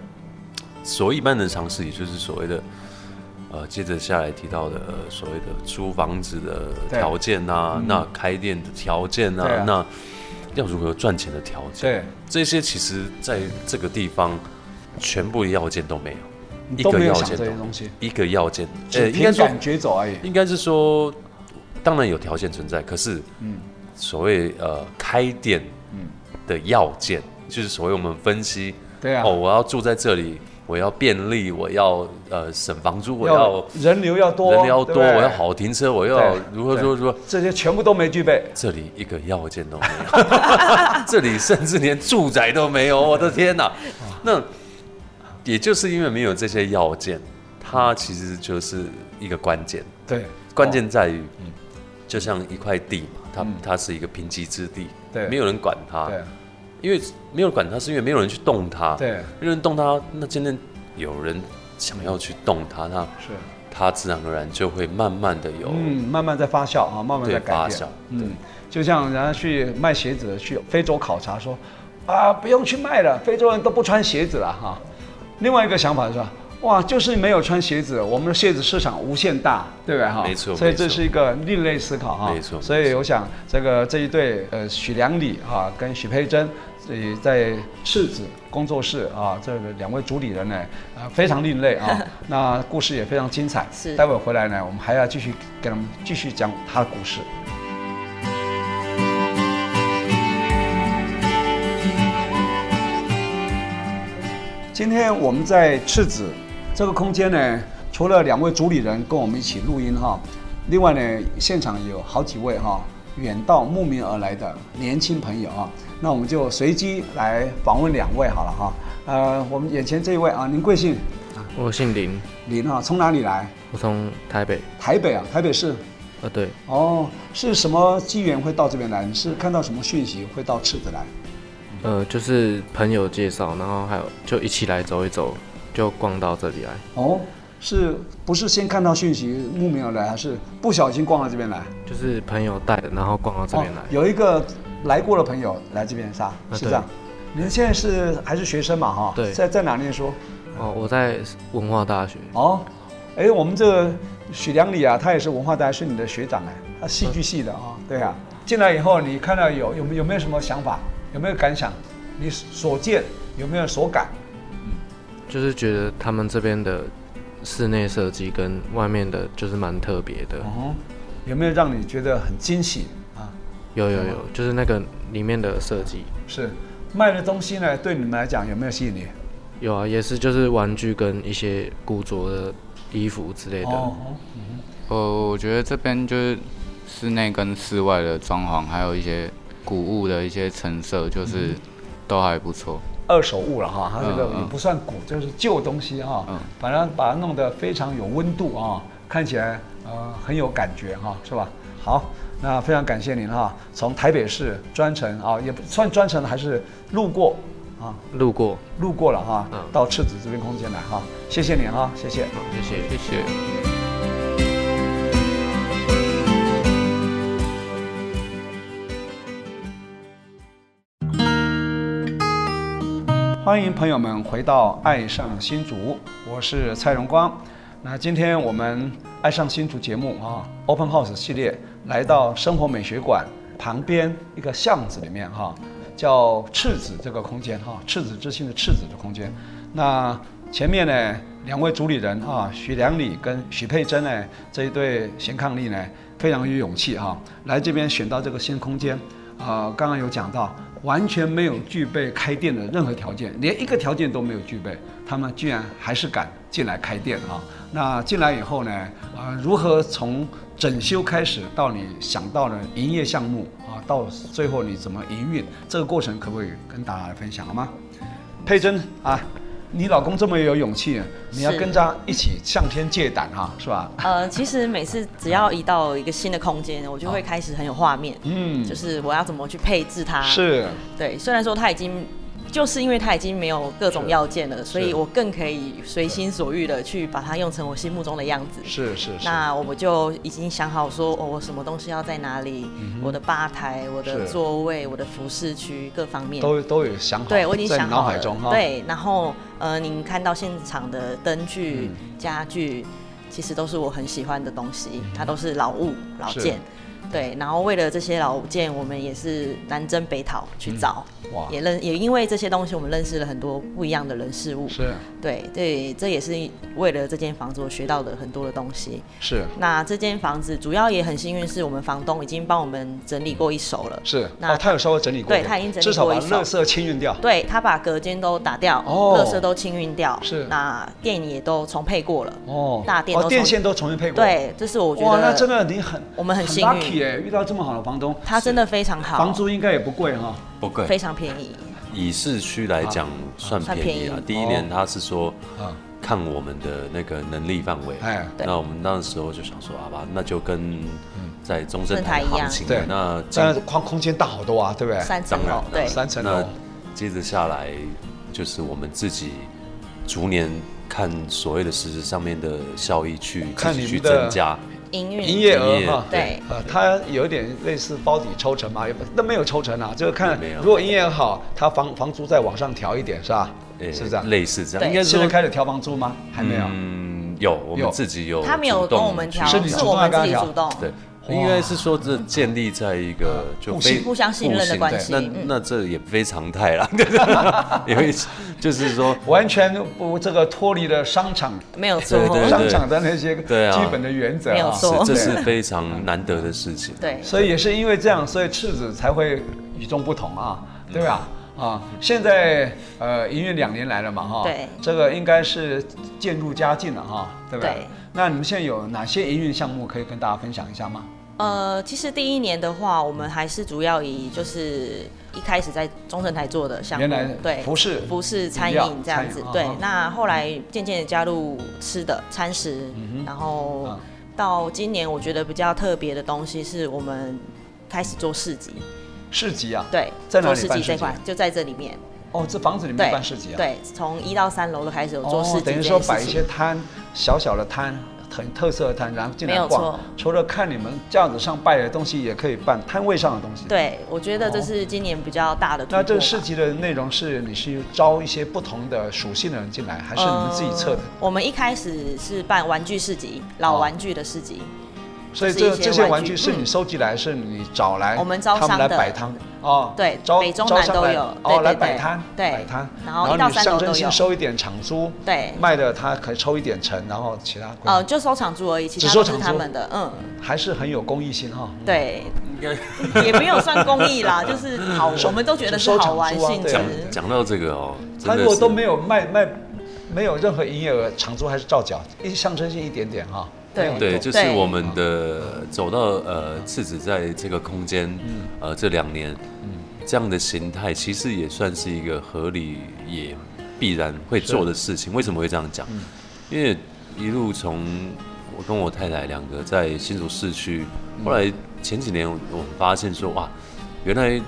Speaker 3: 所谓一般人尝试，也就是所谓的，呃，接着下来提到的、呃所谓的租房子的
Speaker 1: 对嗯
Speaker 3: 条件啊，那开店的条件啊，
Speaker 1: 对啊
Speaker 3: 那要如何赚钱的条件，
Speaker 1: 对，
Speaker 3: 这些其实在这个地方全部要件都没有，一
Speaker 1: 都
Speaker 3: 个
Speaker 1: 没有
Speaker 3: 要
Speaker 1: 想
Speaker 3: 件
Speaker 1: 这
Speaker 3: 都
Speaker 1: 些
Speaker 3: 没有
Speaker 1: 东西，
Speaker 3: 一个要件，呃
Speaker 1: 只
Speaker 3: 应该
Speaker 1: 凭
Speaker 3: 说
Speaker 1: 感觉走而已，
Speaker 3: 应该是说，当然有条件存在，可是，
Speaker 1: 嗯
Speaker 3: 所谓呃开店的要件，就是所谓我们分析，
Speaker 1: 对啊
Speaker 3: 哦，我要住在这里，我要便利，我要呃省房租，我
Speaker 1: 要
Speaker 3: 要
Speaker 1: 人流要多，
Speaker 3: 人要
Speaker 1: 对
Speaker 3: 多，
Speaker 1: 不对
Speaker 3: 我要，好停车，我要
Speaker 1: 对
Speaker 3: 如何如何如何，
Speaker 1: 这些全部都没具备，
Speaker 3: 这里一个要件都没有， 这里甚至连住宅都没 有，我的天哪！
Speaker 1: 嗯
Speaker 3: 那也就是因为没有这些要件，它其实就是一个关键。
Speaker 1: 对，
Speaker 3: 关键在
Speaker 1: 哦
Speaker 3: 于，
Speaker 1: 嗯
Speaker 3: 就像一块地嘛，它它是一个贫瘠之地，
Speaker 1: 对
Speaker 3: 没有人管它，
Speaker 1: 哦对
Speaker 3: 因为没有人管它，是因为没有人去动它，
Speaker 1: 对
Speaker 3: 没有人动它，那渐渐有人想要去动它，那
Speaker 1: 是，
Speaker 3: 它自然而然就会慢慢的有，
Speaker 1: 嗯，慢慢在发酵啊，慢慢在
Speaker 3: 对
Speaker 1: 改
Speaker 3: 发
Speaker 1: 变
Speaker 3: 酵，
Speaker 1: 嗯，就像人家去卖鞋子去非洲考察说，啊，不用去卖了，非洲人都不穿鞋子了哈、另外一个想法是吧？哇，就是没有穿鞋子，我们的鞋子市场无限大，对不对哈？
Speaker 3: 没错
Speaker 1: 所以
Speaker 3: 没错
Speaker 1: 这是一个另类思考哈、
Speaker 3: 没错
Speaker 1: 所以我想这个这一对呃许良礼啊跟许佩珍，这也在赤子工作室啊这个两位主理人呢，呃非常另类啊，那故事也非常精彩。
Speaker 2: 是
Speaker 1: 待会儿回来呢，我们还要继续给他们继续讲他的故事。今天我们在赤子这个空间呢，除了两位主理人跟我们一起录音哈，另外呢，现场有好几位哈远道慕名而来的年轻朋友啊，那我们就随机来访问两位好了哈。呃，我们眼前这一位啊，您贵姓？
Speaker 4: 我姓林，
Speaker 1: 您啊，从哪里来？
Speaker 4: 我从台北，
Speaker 1: 台北啊，台北市。
Speaker 4: 呃，对，
Speaker 1: 哦，是什么机缘会到这边来？你是看到什么讯息会到赤子来？嗯
Speaker 4: 呃，就是朋友介绍，然后还有就一起来走一走，就逛到这里来。
Speaker 1: 哦，是不是先看到讯息慕名而来，还是不小心逛到这边来？
Speaker 4: 就是朋友带的，然后逛到这边来。
Speaker 1: 哦、有一个来过的朋友来这边是吧？
Speaker 4: 啊
Speaker 1: 是这样。您现在是还是学生嘛？哈，
Speaker 4: 对
Speaker 1: 在在哪念书？
Speaker 4: 哦，我在文化大学，
Speaker 1: 哦，哎，我们这个许良礼啊，他也是文化大学是你的学长哎，他戏剧系的啊、对啊。进来以后，你看到有有没有有没有什么想法？有没有感想？你所见有没有所感？
Speaker 4: 就是觉得他们这边的室内设计跟外面的，就是蛮特别的。
Speaker 1: 哦，有没有让你觉得很惊喜啊？
Speaker 4: 有有有，就是那个里面的设计，
Speaker 1: 是卖的东西呢，对你们来讲有没有吸引力？
Speaker 4: 有啊，也是就是玩具跟一些古着的衣服之类的。
Speaker 1: 哦，
Speaker 5: 呃，我觉得这边就是室内跟室外的装潢，还有一些古物的一些成色，就是都还不错。
Speaker 1: 二手物了哈，它这个
Speaker 5: 嗯嗯
Speaker 1: 也不算古，就是旧东西哈
Speaker 5: 嗯，
Speaker 1: 反正把它弄得非常有温度啊，看起来呃很有感觉哈，是吧？好，那非常感谢您哈，从台北市专程啊，也不算专程，还是路过啊，
Speaker 4: 路过，
Speaker 1: 路过了哈
Speaker 4: 嗯，
Speaker 1: 到赤子这边空间来哈，谢谢您哈，谢谢。
Speaker 4: 谢谢。
Speaker 5: 谢谢。
Speaker 1: 欢迎朋友们回到《爱上新竹》，我是蔡荣光。那今天我们《爱上新竹》节目啊，Open House 系列来到生活美学馆旁边一个巷子里面哈、叫赤子这个空间哈、赤子之心的赤子的空间。那前面呢，两位主理人啊，许良礼跟许佩珍呢，这一对贤伉俪呢，非常有勇气哈、来这边选到这个新空间。啊、刚刚有讲到，完全没有具备开店的任何条件，连一个条件都没有具备，他们居然还是敢进来开店啊！那进来以后呢，呃，如何从整修开始到你想到的营业项目啊，到最后你怎么营运，这个过程可不可以跟大家来分享好吗？佩珍啊，你老公这么有勇气，你要
Speaker 2: 是
Speaker 1: 跟他一起向天借胆哈、是吧？
Speaker 2: 呃，其实每次只要一到一个新的空间，我就会开始很有画面，
Speaker 1: 哦嗯，
Speaker 2: 就是我要怎么去配置它。，
Speaker 1: 是
Speaker 2: 对。虽然说它已经，就是因为它已经没有各种要件了，所以我更可以随心所欲的去把它用成我心目中的样子。
Speaker 1: 是是是，
Speaker 2: 那我就已经想好说，哦，我什么东西要在哪里，我的吧台、我的
Speaker 1: 嗯是
Speaker 2: 座位、我的服饰区各方面。
Speaker 1: 都都有想好，
Speaker 2: 对，我已经
Speaker 1: 在
Speaker 2: 想
Speaker 1: 脑
Speaker 2: 好
Speaker 1: 海
Speaker 2: 了。
Speaker 1: 中哈、，
Speaker 2: 对，然后呃，您看到现场的灯具、
Speaker 1: 嗯
Speaker 2: 家具，其实都是我很喜欢的东西，它都是老物老
Speaker 1: 是
Speaker 2: 件。对，然后为了这些老物件，我们也是南征北讨去找，
Speaker 1: 嗯哇，
Speaker 2: 也认也因为这些东西，我们认识了很多不一样的人事物。
Speaker 1: 是
Speaker 2: 对对，这也是为了这间房子我学到的很多的东西。
Speaker 1: 是
Speaker 2: 那这间房子主要也很幸运，是我们房东已经帮我们整理过一手了。
Speaker 1: 是，
Speaker 2: 那
Speaker 1: 哦，他有稍微整理过的，
Speaker 2: 对他已经整理
Speaker 1: 至少
Speaker 2: 过
Speaker 1: 把
Speaker 2: 一手
Speaker 1: 垃圾清运掉，
Speaker 2: 对他把隔间都打掉，
Speaker 1: 哦
Speaker 2: 垃圾都清运掉，
Speaker 1: 是
Speaker 2: 那电也都重配过了。
Speaker 1: 哦，
Speaker 2: 大电
Speaker 1: 哦
Speaker 2: 都
Speaker 1: 电
Speaker 2: 重
Speaker 1: 线都重新配过，，
Speaker 2: 对，这是我觉得
Speaker 1: 哇，那真的你很
Speaker 2: 我们很幸运
Speaker 1: lucky 哎，遇到这么好的房东，
Speaker 2: 他真的非常好，
Speaker 1: 房租应该也不贵哈、
Speaker 3: 不贵，
Speaker 2: 非常便宜，
Speaker 3: 以市区来讲算
Speaker 2: 算
Speaker 3: 便宜啊哦
Speaker 2: 便宜。
Speaker 3: 第一年他是说
Speaker 1: 啊，
Speaker 3: 看我们的那个能力范围，
Speaker 1: 哎，
Speaker 2: 对
Speaker 3: 那我们那时候就想说，好吧，那就跟在中正
Speaker 2: 正
Speaker 3: 台
Speaker 2: 台一
Speaker 3: 行
Speaker 2: 样
Speaker 3: 情
Speaker 1: 对
Speaker 3: 那进
Speaker 1: 但是呃空空间大好多啊，对不对？
Speaker 2: 三层
Speaker 3: 当然
Speaker 2: 楼，对，
Speaker 1: 三层
Speaker 3: 那
Speaker 1: 楼，
Speaker 3: 接着下来就是我们自己逐年看所谓的实质上面的效益去
Speaker 1: 看
Speaker 3: 自己
Speaker 1: 你
Speaker 3: 去
Speaker 1: 们的
Speaker 3: 增加，
Speaker 2: 营运
Speaker 1: 营业额
Speaker 3: 营业
Speaker 1: 哈，
Speaker 2: 对
Speaker 1: 呃，它有点类似包底抽成嘛，也不，那没有抽成啊，就是看
Speaker 3: 没有
Speaker 1: 如果营业额好，它房房租再往上调一点是吧？
Speaker 3: 呃
Speaker 1: 是不是啊？
Speaker 3: 类似这样，
Speaker 2: 对
Speaker 3: 应该
Speaker 1: 现在
Speaker 3: 说
Speaker 1: 开始调房租吗？还没有，
Speaker 3: 嗯，有我
Speaker 1: 有
Speaker 3: 们自己有
Speaker 2: 他没
Speaker 3: 主
Speaker 2: 有跟
Speaker 3: 动
Speaker 2: 我们调，
Speaker 1: 是你主
Speaker 2: 我
Speaker 1: 动来
Speaker 2: 们
Speaker 1: 跟他
Speaker 2: 自己
Speaker 1: 调
Speaker 2: 主动，
Speaker 3: 对，应该是说这建立在一个就
Speaker 1: 互
Speaker 3: 非
Speaker 1: 信
Speaker 2: 互相信任的
Speaker 3: 互
Speaker 2: 关系
Speaker 3: 那
Speaker 2: 嗯
Speaker 3: 那这也非常态啦，因为就是 说
Speaker 1: 完全不这个脱离了商场
Speaker 2: 没有错，
Speaker 3: 对
Speaker 1: 商场的那些
Speaker 3: 对啊
Speaker 1: 基本的原则
Speaker 2: 没有
Speaker 1: 啊。
Speaker 2: 错
Speaker 3: 是这是非常难得的事情。
Speaker 2: 对
Speaker 1: 所以也是因为这样，所以赤子才会与众不同啊，
Speaker 3: 嗯
Speaker 1: 对吧？啊，现在呃营运两年来了嘛，哈，
Speaker 2: 对
Speaker 1: 这个应该是渐入佳境了哈，对不对？
Speaker 2: 对
Speaker 1: 那你们现在有哪些营运项目可以跟大家分享一下吗？
Speaker 2: 呃，其实第一年的话，我们还是主要以就是一开始在中正台做的项目
Speaker 1: 原来，
Speaker 2: 对，
Speaker 1: 服饰
Speaker 2: 服饰、餐
Speaker 1: 饮料
Speaker 2: 饮这样子
Speaker 1: 餐饮，
Speaker 2: 对
Speaker 1: 啊啊。
Speaker 2: 那后来渐渐的加入吃的餐食，然后
Speaker 1: 啊
Speaker 2: 到今年我觉得比较特别的东西是我们开始做市集，
Speaker 1: 市集啊，，
Speaker 2: 对，
Speaker 1: 在哪
Speaker 2: 做
Speaker 1: 里
Speaker 2: 市
Speaker 1: 办
Speaker 2: 集
Speaker 1: 市集
Speaker 2: 这块就在这里面，
Speaker 1: 哦，这房子里面
Speaker 2: 对，
Speaker 1: 办市集啊，，
Speaker 2: 对，从一到三楼都开始有做
Speaker 1: 哦
Speaker 2: 市集，
Speaker 1: 等于
Speaker 2: 这
Speaker 1: 说
Speaker 2: 件
Speaker 1: 摆
Speaker 2: 事
Speaker 1: 一
Speaker 2: 情
Speaker 1: 些。摊，小小的摊。很特色的摊，然后进
Speaker 2: 没
Speaker 1: 来
Speaker 2: 有
Speaker 1: 逛
Speaker 2: 错。
Speaker 1: 除了看你们架子上摆的东西，也可以办摊位上的东西。
Speaker 2: 对，我觉得这是今年比较大的突破吧。
Speaker 1: 哦那这个市集的内容是你是招一些不同的属性的人进来，还是你们自己测的？哦
Speaker 2: 呃我们一开始是办玩具市集，老玩具的市集，
Speaker 1: 所以
Speaker 2: 就是一
Speaker 1: 这
Speaker 2: 些
Speaker 1: 这些玩
Speaker 2: 玩
Speaker 1: 具
Speaker 2: 具
Speaker 1: 是你
Speaker 2: 嗯
Speaker 1: 收集来，是你找来，
Speaker 2: 我们招
Speaker 1: 他们
Speaker 2: 商
Speaker 1: 来
Speaker 2: 的
Speaker 1: 摆摊哦，
Speaker 2: 对
Speaker 1: 招
Speaker 2: 北中
Speaker 1: 招
Speaker 2: 南
Speaker 1: 商
Speaker 2: 都
Speaker 1: 来
Speaker 2: 有对
Speaker 1: 哦，
Speaker 2: 对
Speaker 1: 来
Speaker 2: 对
Speaker 1: 摆摊，
Speaker 2: 对
Speaker 1: 摆摊，
Speaker 2: 然后一到
Speaker 1: 你
Speaker 2: 三楼
Speaker 1: 象征
Speaker 2: 都
Speaker 1: 性
Speaker 2: 有
Speaker 1: 收一点场租，
Speaker 2: 对
Speaker 1: 卖的他可以抽一点成，然后其他归
Speaker 2: 呃，就收场租而已，其
Speaker 1: 只
Speaker 2: 他
Speaker 1: 收
Speaker 2: 都是
Speaker 1: 场
Speaker 2: 他
Speaker 1: 租
Speaker 2: 们的，嗯，
Speaker 1: 还是很有公益心哈。
Speaker 2: 对，也没有算公 益啦，就是好，我们都觉得是
Speaker 1: 收场
Speaker 2: 好玩
Speaker 1: 租啊
Speaker 2: 性
Speaker 1: 对
Speaker 2: 质
Speaker 3: 讲，讲到这个哦，
Speaker 1: 他
Speaker 3: 真
Speaker 1: 如果
Speaker 3: 的
Speaker 1: 都
Speaker 3: 是
Speaker 1: 没有卖卖，没有任何营业额，场租还是照缴，一象征性一点点哈。
Speaker 2: 对
Speaker 1: 没有
Speaker 3: 对，
Speaker 1: 多
Speaker 3: 就是我们的走到呃赤子在这个空间，呃这两年这样的形态，其实也算是一个合理也必然会做的事情。为什么会这样讲？因为一路从我跟我太太两个在新竹市区，后来前几年我们发现说哇，原来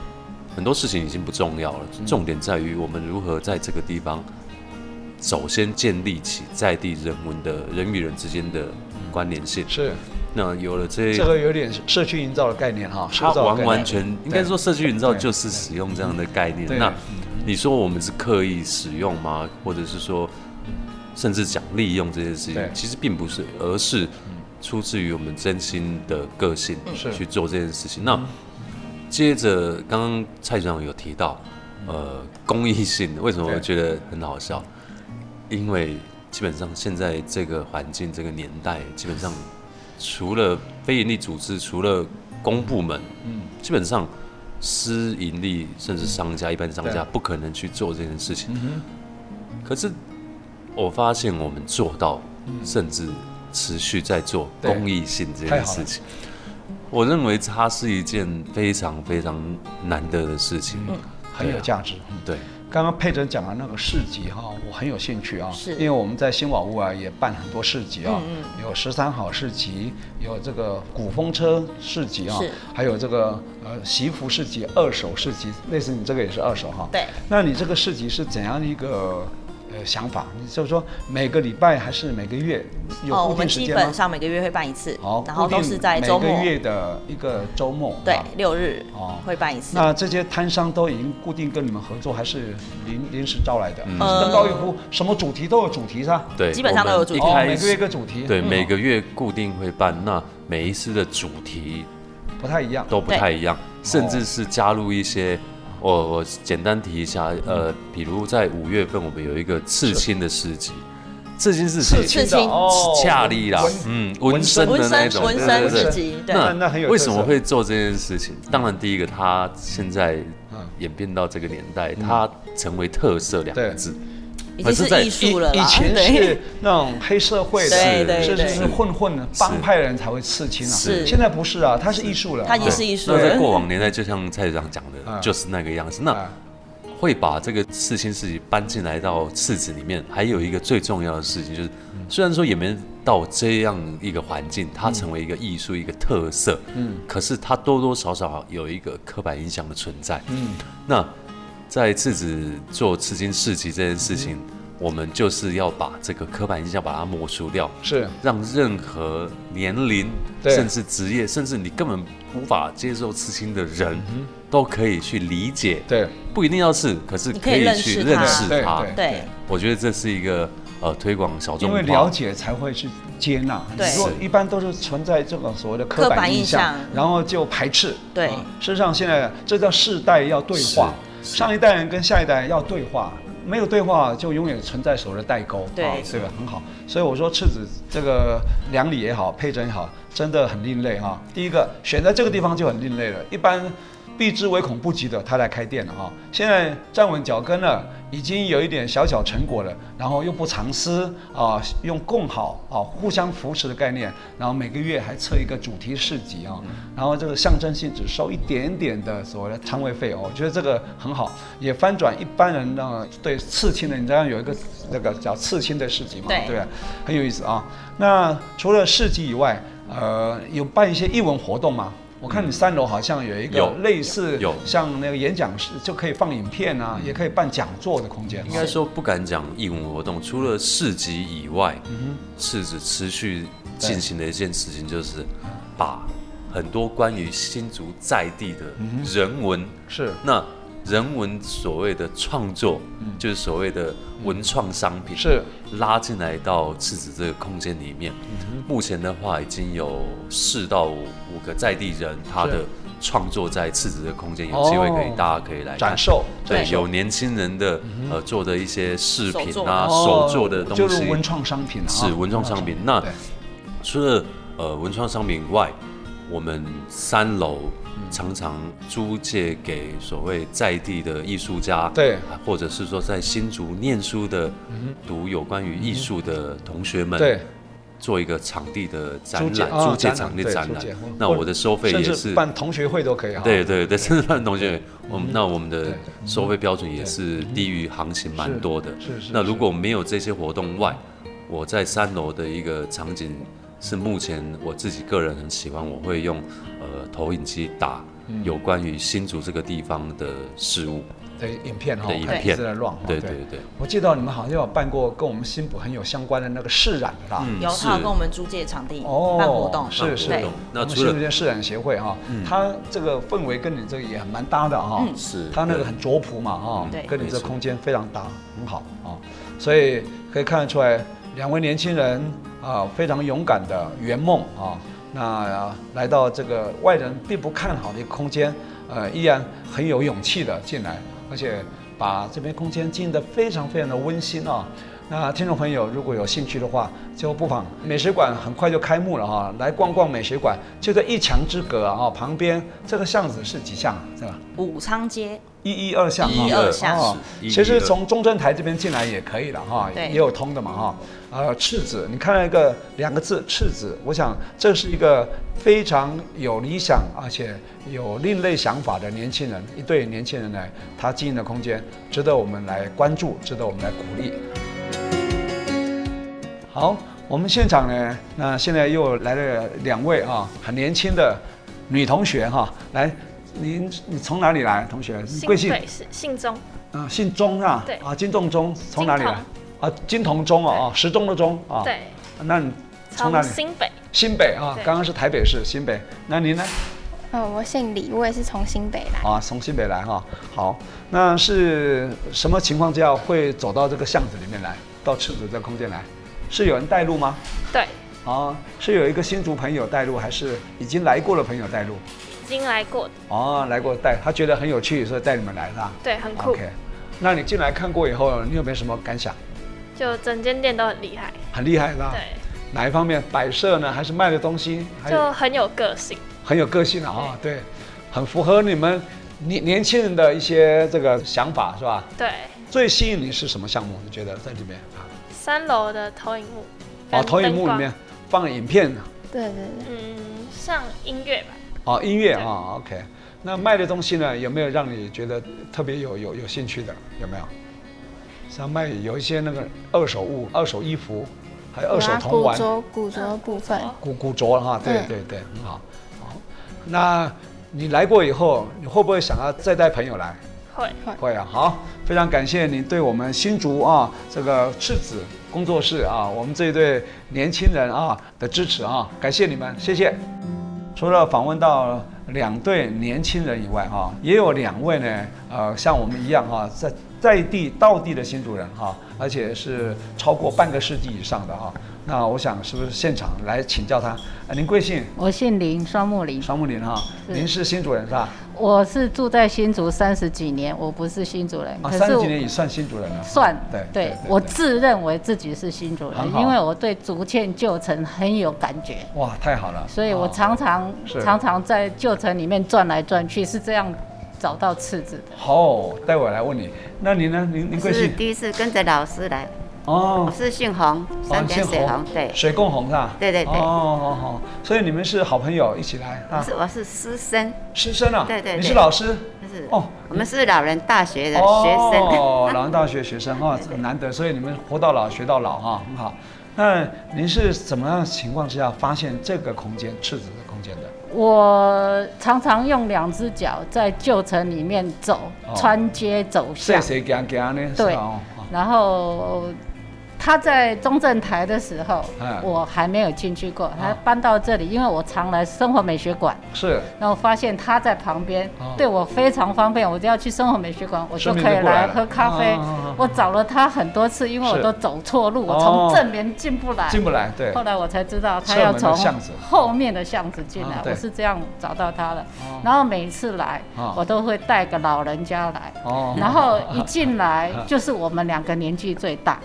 Speaker 3: 很多事情已经不重要了，
Speaker 1: 嗯
Speaker 3: 重点在于我们如何在这个地方首先建立起在地人文的人与人之间的关联性。
Speaker 1: 是
Speaker 3: 那有了
Speaker 1: 嗯
Speaker 3: 这，
Speaker 1: 这个有点社区营造的概念哈，
Speaker 3: 它
Speaker 1: 塑造的概
Speaker 3: 完
Speaker 1: 念
Speaker 3: 完全应该说社区营造就是
Speaker 1: 对
Speaker 3: 使用这样的概
Speaker 1: 对嗯
Speaker 3: 念。那你说我们是刻意使用吗？或者是说，甚至讲利用这些事情
Speaker 1: 对，嗯
Speaker 3: 其实并不是，而是出自于我们真心的个性
Speaker 1: 是
Speaker 3: 去做这件事情。
Speaker 1: 嗯
Speaker 3: 那接着刚刚蔡局长有提到，呃，公益性的，为什么
Speaker 1: 对
Speaker 3: 我觉得很好笑？因为基本上现在这个环境、这个年代，基本上除了非营利组织，除了公部门，嗯，基本上私盈利甚至商家、一般商
Speaker 1: 对
Speaker 3: 家不可能去做这件事情。可是我发现我们做到，甚至持续在做
Speaker 1: 对
Speaker 3: 公益性这
Speaker 1: 太
Speaker 3: 件
Speaker 1: 好了
Speaker 3: 事情。我认为它是一件非常非常难得的事情。
Speaker 1: 很有价值。嗯
Speaker 3: 对，
Speaker 1: 刚刚佩珍讲的那个市集哈、我很有兴趣啊，
Speaker 2: 是
Speaker 1: 因
Speaker 2: 嗯
Speaker 1: 为我们在新瓦屋啊也办很多市集啊，有十三好市集，有这个古风车市集啊
Speaker 2: 是，
Speaker 1: 还有这个呃习服市集、二手市集，类似你这个也是二手哈、
Speaker 2: 对。
Speaker 1: 那你这个市集是怎样的一个呃想法？你就是说每个礼拜还是每个月有
Speaker 2: 哦，我
Speaker 1: 固
Speaker 2: 们
Speaker 1: 定时
Speaker 2: 基
Speaker 1: 间吗？
Speaker 2: 本上每个月会办一次
Speaker 1: 好，，
Speaker 2: 然后
Speaker 1: 固定
Speaker 2: 都是在周末
Speaker 1: 每，个月的一个周末，
Speaker 2: 对
Speaker 1: 啊，
Speaker 2: 六日
Speaker 1: 哦
Speaker 2: 会办一次。
Speaker 1: 那这些摊商都已经固定跟你们合作，还是临临时招来的？
Speaker 3: 嗯
Speaker 1: 登高一呼，什么主题都有主题是吧？
Speaker 3: 对，
Speaker 2: 基本上
Speaker 3: 我们
Speaker 2: 都有主题
Speaker 3: 一
Speaker 1: 哦，
Speaker 3: 开
Speaker 1: 每个
Speaker 3: 始
Speaker 1: 月一个主题，
Speaker 3: 对，
Speaker 1: 嗯
Speaker 3: 每个月固定会办，那每一次的主题
Speaker 1: 不太一样。
Speaker 3: 都不太一样，甚至是加入一些。我我简单提一下，呃，比如在五月份，我们有一个刺青的市集，刺青市集
Speaker 2: 刺青
Speaker 1: 哦
Speaker 3: 是恰力啦，嗯，纹身的
Speaker 2: 纹
Speaker 3: 那一
Speaker 2: 身
Speaker 3: 种，
Speaker 2: 纹
Speaker 3: 对
Speaker 2: 身
Speaker 3: 对
Speaker 2: 市
Speaker 3: 对。
Speaker 2: 集，对，
Speaker 3: 那
Speaker 1: 那很有特色
Speaker 3: 为什么会做这件事情？当然，第一个，它现在
Speaker 1: 嗯
Speaker 3: 演变到这个年代，它成为特色两个
Speaker 1: 对
Speaker 3: 字。
Speaker 2: 已
Speaker 3: 可
Speaker 2: 经
Speaker 3: 是
Speaker 2: 是
Speaker 3: 在
Speaker 2: 艺术了
Speaker 1: 以
Speaker 2: 啦。
Speaker 1: 前
Speaker 2: 对
Speaker 1: 是那种黑社会的，
Speaker 2: 对对
Speaker 1: 甚至
Speaker 2: 对
Speaker 1: 是混混的帮派的人才会刺青啊。
Speaker 2: 是
Speaker 1: 现在不是啊，它是艺术了。
Speaker 2: 它已经
Speaker 1: 啊
Speaker 2: 是艺术
Speaker 3: 那在
Speaker 2: 了。
Speaker 3: 过往年代，就像蔡局长讲的
Speaker 1: 嗯，
Speaker 3: 就是那个样子。那
Speaker 1: 啊
Speaker 3: 会把这个刺青事情搬进来到次子里面，还有一个最重要的事情就是，虽然说演变到这样一个环境，它成为一个艺术一个特色，嗯，可是它多多少少有一个刻板印象的存在，嗯，那在次子做刺青市集这件事情，我们就是要把这个刻板印象把它抹除掉，
Speaker 1: 是
Speaker 3: 让任何年龄，
Speaker 1: 对
Speaker 3: 甚至职业，甚至你根本无法接受刺青的人，都可以去理解。
Speaker 1: 对
Speaker 3: 不一定要刺，可是
Speaker 2: 你
Speaker 3: 可
Speaker 2: 可以
Speaker 3: 以
Speaker 2: 认
Speaker 3: 去
Speaker 2: 识
Speaker 3: 认
Speaker 2: 它
Speaker 3: 识
Speaker 1: 对
Speaker 3: 它。
Speaker 2: 对，
Speaker 3: 我觉得这是一个呃推广小众
Speaker 1: 因
Speaker 3: 文
Speaker 1: 为
Speaker 3: 化
Speaker 1: 了解才会去接纳。
Speaker 2: 对
Speaker 1: 如果一般都是存在这种所谓的刻板印象，
Speaker 2: 刻板印象
Speaker 1: 然后就排斥。啊
Speaker 2: 对
Speaker 1: 事实上现在这叫世代要对话，
Speaker 3: 是
Speaker 1: 上一代人跟下一代人要对话。没有对话，就永远存在所谓的代沟，
Speaker 2: 对
Speaker 1: 啊这个很好。所以我说，赤子这个梁理也好，佩珍也好，真的很另类哈、啊第一个选在这个地方就很另类了，一般避之唯恐不及的，他来开店了哈、现在站稳脚跟了，已经有一点小小成果了，然后又不藏私啊，用共好啊，互相扶持的概念，然后每个月还测一个主题市集啊，然后这个象征性只收一点点的所谓的摊位费哦，我觉得这个很好，也翻转一般人呢对刺青的，你知道有一个那个叫刺青的市集嘛，
Speaker 2: 对
Speaker 1: 对吧，很有意思啊。那除了市集以外，呃，有办一些艺文活动吗？我看你三楼好像有一个
Speaker 3: 有
Speaker 1: 类似
Speaker 3: 有
Speaker 1: 像那个演讲室，就可以放影片啊，也可以办讲座的空间啊。
Speaker 3: 应该说不敢讲义文活动，除了市集以外，赤子持续进行的一件事情就是把很多关于新竹在地的人文，
Speaker 1: 是
Speaker 3: 那人文所谓的创作，就是所谓的文创商品，
Speaker 1: 嗯是嗯
Speaker 3: 拉进来到赤子这个空间里面。目前的话，已经有四到五个在地人，他的创作在赤子这个空间有机会可以
Speaker 1: 哦，
Speaker 3: 大家可以来看
Speaker 1: 展售，
Speaker 3: 对
Speaker 1: 展，售
Speaker 3: 有年轻人的呃做的一些饰品
Speaker 2: 手作
Speaker 3: 啊，
Speaker 2: 的
Speaker 3: 手做的
Speaker 1: 哦就
Speaker 3: 东
Speaker 1: 是
Speaker 3: 西，
Speaker 1: 文创商品啊，
Speaker 3: 是文创商品。那
Speaker 1: 对
Speaker 3: 除了呃文创商品以外，我们三楼
Speaker 1: 嗯
Speaker 3: 常常租借给所谓在地的艺术家，
Speaker 1: 对，嗯
Speaker 3: 或者是说在新竹念书的读有关于艺术的同学们，
Speaker 1: 对，
Speaker 3: 做一个场地的展
Speaker 1: 租借
Speaker 3: 览，
Speaker 1: 啊
Speaker 3: 租借
Speaker 1: 展览
Speaker 3: 场地
Speaker 1: 对
Speaker 3: 展
Speaker 1: 租
Speaker 3: 览
Speaker 1: 借哦或。
Speaker 3: 那我的收费
Speaker 1: 甚
Speaker 3: 也
Speaker 1: 至
Speaker 3: 是
Speaker 1: 办同学会都可以啊。
Speaker 3: 对对 对，甚至办同学，我们那我们的
Speaker 1: 对嗯
Speaker 3: 收费标准也是低于行情蛮多的。
Speaker 1: 是是
Speaker 3: 那如果没有这些活动外，我在三楼的一个场景是目前我自己个人很喜欢，我会用呃投影机打
Speaker 1: 嗯
Speaker 3: 有关于新竹这个地方的事物。
Speaker 1: 的影片哈，
Speaker 3: 的影
Speaker 1: 看
Speaker 3: 片
Speaker 1: 一直在乱哈。
Speaker 3: 对对对，
Speaker 2: 哦
Speaker 1: 我记得你们好像有办过跟我们新埔很有相关的那个释染的啦。
Speaker 3: 嗯
Speaker 2: 有他有跟我们租借场地
Speaker 1: 哦，
Speaker 2: 办活动，
Speaker 1: 是是
Speaker 3: 办
Speaker 2: 对
Speaker 3: 活动，那
Speaker 1: 我们
Speaker 3: 除了嗯
Speaker 1: 新竹县释染协会哈，它这个氛围跟你这个也蛮搭的
Speaker 2: 嗯
Speaker 1: 哈，
Speaker 3: 是
Speaker 1: 它那个很卓朴嘛哈
Speaker 3: 嗯，
Speaker 2: 对
Speaker 1: 跟你这
Speaker 3: 没错
Speaker 1: 空间非常搭，很好啊，所以可以看得出来，两位年轻人啊非常勇敢的圆梦啊，那啊来到这个外人并不看好的一个空间，呃，依然很有勇气的进来，而且把这边空间经营得非常非常的温馨啊。那听众朋友如果有兴趣的话，就不妨美食馆很快就开幕了哈、来逛逛美食馆，就在一墙之隔啊，旁边这个巷子是几巷啊？这个
Speaker 2: 武昌街
Speaker 1: 一一二项哈，
Speaker 2: 一一二项
Speaker 1: 哦
Speaker 3: 是
Speaker 1: 其
Speaker 3: 一
Speaker 1: 实
Speaker 3: 一二
Speaker 1: 从中正台这边进来也可以了哈，
Speaker 2: 对
Speaker 1: 也有通的嘛哈。呃，赤子，你看到一个两个字赤子，我想这是一个非常有理想而且有另类想法的年轻人，一对年轻人呢，他经营的空间值得我们来关注，值得我们来鼓励。好，我们现场呢，那现在又来了两位啊，很年轻的女同学哈、来，您你从哪里来，同学？贵姓？
Speaker 6: 对，是姓钟，
Speaker 1: 啊，姓钟啊，
Speaker 6: 对
Speaker 1: 啊，金仲钟从哪里来
Speaker 6: 金？
Speaker 1: 啊，金同钟哦，啊，时钟的钟啊。。
Speaker 6: 对，
Speaker 1: 那你从哪
Speaker 6: 从
Speaker 1: 里？
Speaker 6: 新北，
Speaker 1: 新北啊，
Speaker 6: 对
Speaker 1: 刚刚是台北市新北，那您呢？
Speaker 7: 嗯，我姓李，我也是从新北来。
Speaker 1: 啊，从新北来哈、好，那是什么情况之下会走到这个巷子里面来，到赤子这个空间来？是有人带路吗？
Speaker 6: 对，
Speaker 1: 啊，是有一个新竹朋友带路，还是已经来过的朋友带路？
Speaker 6: 已经来过，
Speaker 1: 哦，来过带，他觉得很有趣，所以带你们来是吧
Speaker 6: 对，很酷，
Speaker 1: ？OK，那你进来看过以后，你有没有什么感想？
Speaker 6: 就整间店都很厉害，
Speaker 1: 很厉害是吧？
Speaker 6: 对，
Speaker 1: 哪一方面？摆设呢，还是卖的东西？啊还有
Speaker 6: 就很有个性，
Speaker 1: 很有个性啊、哦，对，很符合你们年年轻人的一些这个想法是吧？
Speaker 6: 对，
Speaker 1: 最吸引你是什么项目？你觉得在里面啊？
Speaker 6: 三楼的投影幕，
Speaker 1: 哦，投影幕里面，放影片
Speaker 7: 对对对，
Speaker 6: 嗯，上音乐吧，
Speaker 1: 哦，音乐啊、
Speaker 6: 对
Speaker 1: 哦、，OK。那卖的东西呢，有没有让你觉得特别有有有兴趣的？有没有？像卖有一些那个二手物、二手衣服，还有二手
Speaker 7: 然后
Speaker 1: 铜
Speaker 7: 啊古
Speaker 1: 玩。啊
Speaker 7: 着古着部分，
Speaker 1: 古古着哈，对
Speaker 7: 嗯
Speaker 1: 对对，很好。好，那你来过以后，你会不会想要再带朋友来？
Speaker 6: 会，
Speaker 1: 会啊，好，非常感谢您对我们新竹啊这个赤子工作室啊，我们这一对年轻人啊的支持啊，感谢你们，谢谢。除了访问到两对年轻人以外哈、也有两位呢，呃，像我们一样哈、在在地道地的新竹人哈、而且是超过半个世纪以上的哈、啊那我想是不是现场来请教他？呃、您贵姓？
Speaker 8: 我姓林，双木林。
Speaker 1: 双木林哈、啊
Speaker 8: 是
Speaker 1: 您是新竹人是吧？
Speaker 8: 我是住在新竹三十几年，我不是新竹人，
Speaker 1: 啊，
Speaker 8: 可
Speaker 1: 三
Speaker 8: 是
Speaker 1: 十
Speaker 8: 我
Speaker 1: 几年也算新竹人了。
Speaker 8: 算
Speaker 1: 对对对
Speaker 8: 我
Speaker 1: 对
Speaker 8: 自认为自己是新竹
Speaker 1: 很
Speaker 8: 人，
Speaker 1: 好
Speaker 8: 因为我对竹堑旧城很有感觉，
Speaker 1: 哇，太好了！
Speaker 8: 所以我
Speaker 1: 啊
Speaker 8: 常常、
Speaker 1: 是
Speaker 8: 常常在旧城里面转来转去，是这样找到次子的。
Speaker 1: 好，待会儿来问你。那你呢？您您贵
Speaker 9: 是
Speaker 1: 姓？
Speaker 9: 第一次跟着老师来，我
Speaker 1: 哦，
Speaker 9: 是姓洪，三点水洪，对，
Speaker 1: 水共红是吧？
Speaker 9: 对对对
Speaker 1: 哦哦哦，所以你们是好朋友，一起来
Speaker 9: 我
Speaker 1: 啊。
Speaker 9: 是我是师生，
Speaker 1: 师生啊，
Speaker 9: 对对对
Speaker 1: 你是老师
Speaker 9: 就是
Speaker 1: 哦
Speaker 9: 我们是老人大学的学生，
Speaker 1: 哦，老人大学学生 哈，很难得，所以你们活到老学到老哈，很好。那您是怎么样的情况之下发现这个空间赤子的空间的？
Speaker 8: 我常常用两只脚在旧城里面走，
Speaker 1: 哦
Speaker 8: 穿街走巷
Speaker 1: 谁。谁讲讲呢？
Speaker 8: 对
Speaker 1: 是吧哦哦
Speaker 8: 然后他在中正台的时候
Speaker 1: 嗯，
Speaker 8: 我还没有进去过。他
Speaker 1: 啊
Speaker 8: 搬到这里，因为我常来生活美学馆，
Speaker 1: 是
Speaker 8: 然后发现他在旁边
Speaker 1: 哦，
Speaker 8: 嗯对我非常方便。我只要去生活美学馆，我就
Speaker 1: 顺
Speaker 8: 可
Speaker 1: 便
Speaker 8: 以
Speaker 1: 就过来
Speaker 8: 来
Speaker 1: 了
Speaker 8: 喝咖啡
Speaker 1: 啊啊啊啊。
Speaker 8: 我找了他很多次，因为我
Speaker 1: 是
Speaker 8: 都走错路，我
Speaker 1: 哦
Speaker 8: 从正面进不来。
Speaker 1: 进不来，对。
Speaker 8: 后来我才知道他
Speaker 1: 侧
Speaker 8: 要
Speaker 1: 门的
Speaker 8: 从
Speaker 1: 巷子
Speaker 8: 后面的巷子进
Speaker 1: 啊
Speaker 8: 来，
Speaker 1: 对
Speaker 8: 我是这样找到他的
Speaker 1: 哦。
Speaker 8: 然后每次来
Speaker 1: 啊，
Speaker 8: 我都会带个老人家来。
Speaker 1: 哦
Speaker 8: 然后一进来就是我们两个年纪最大，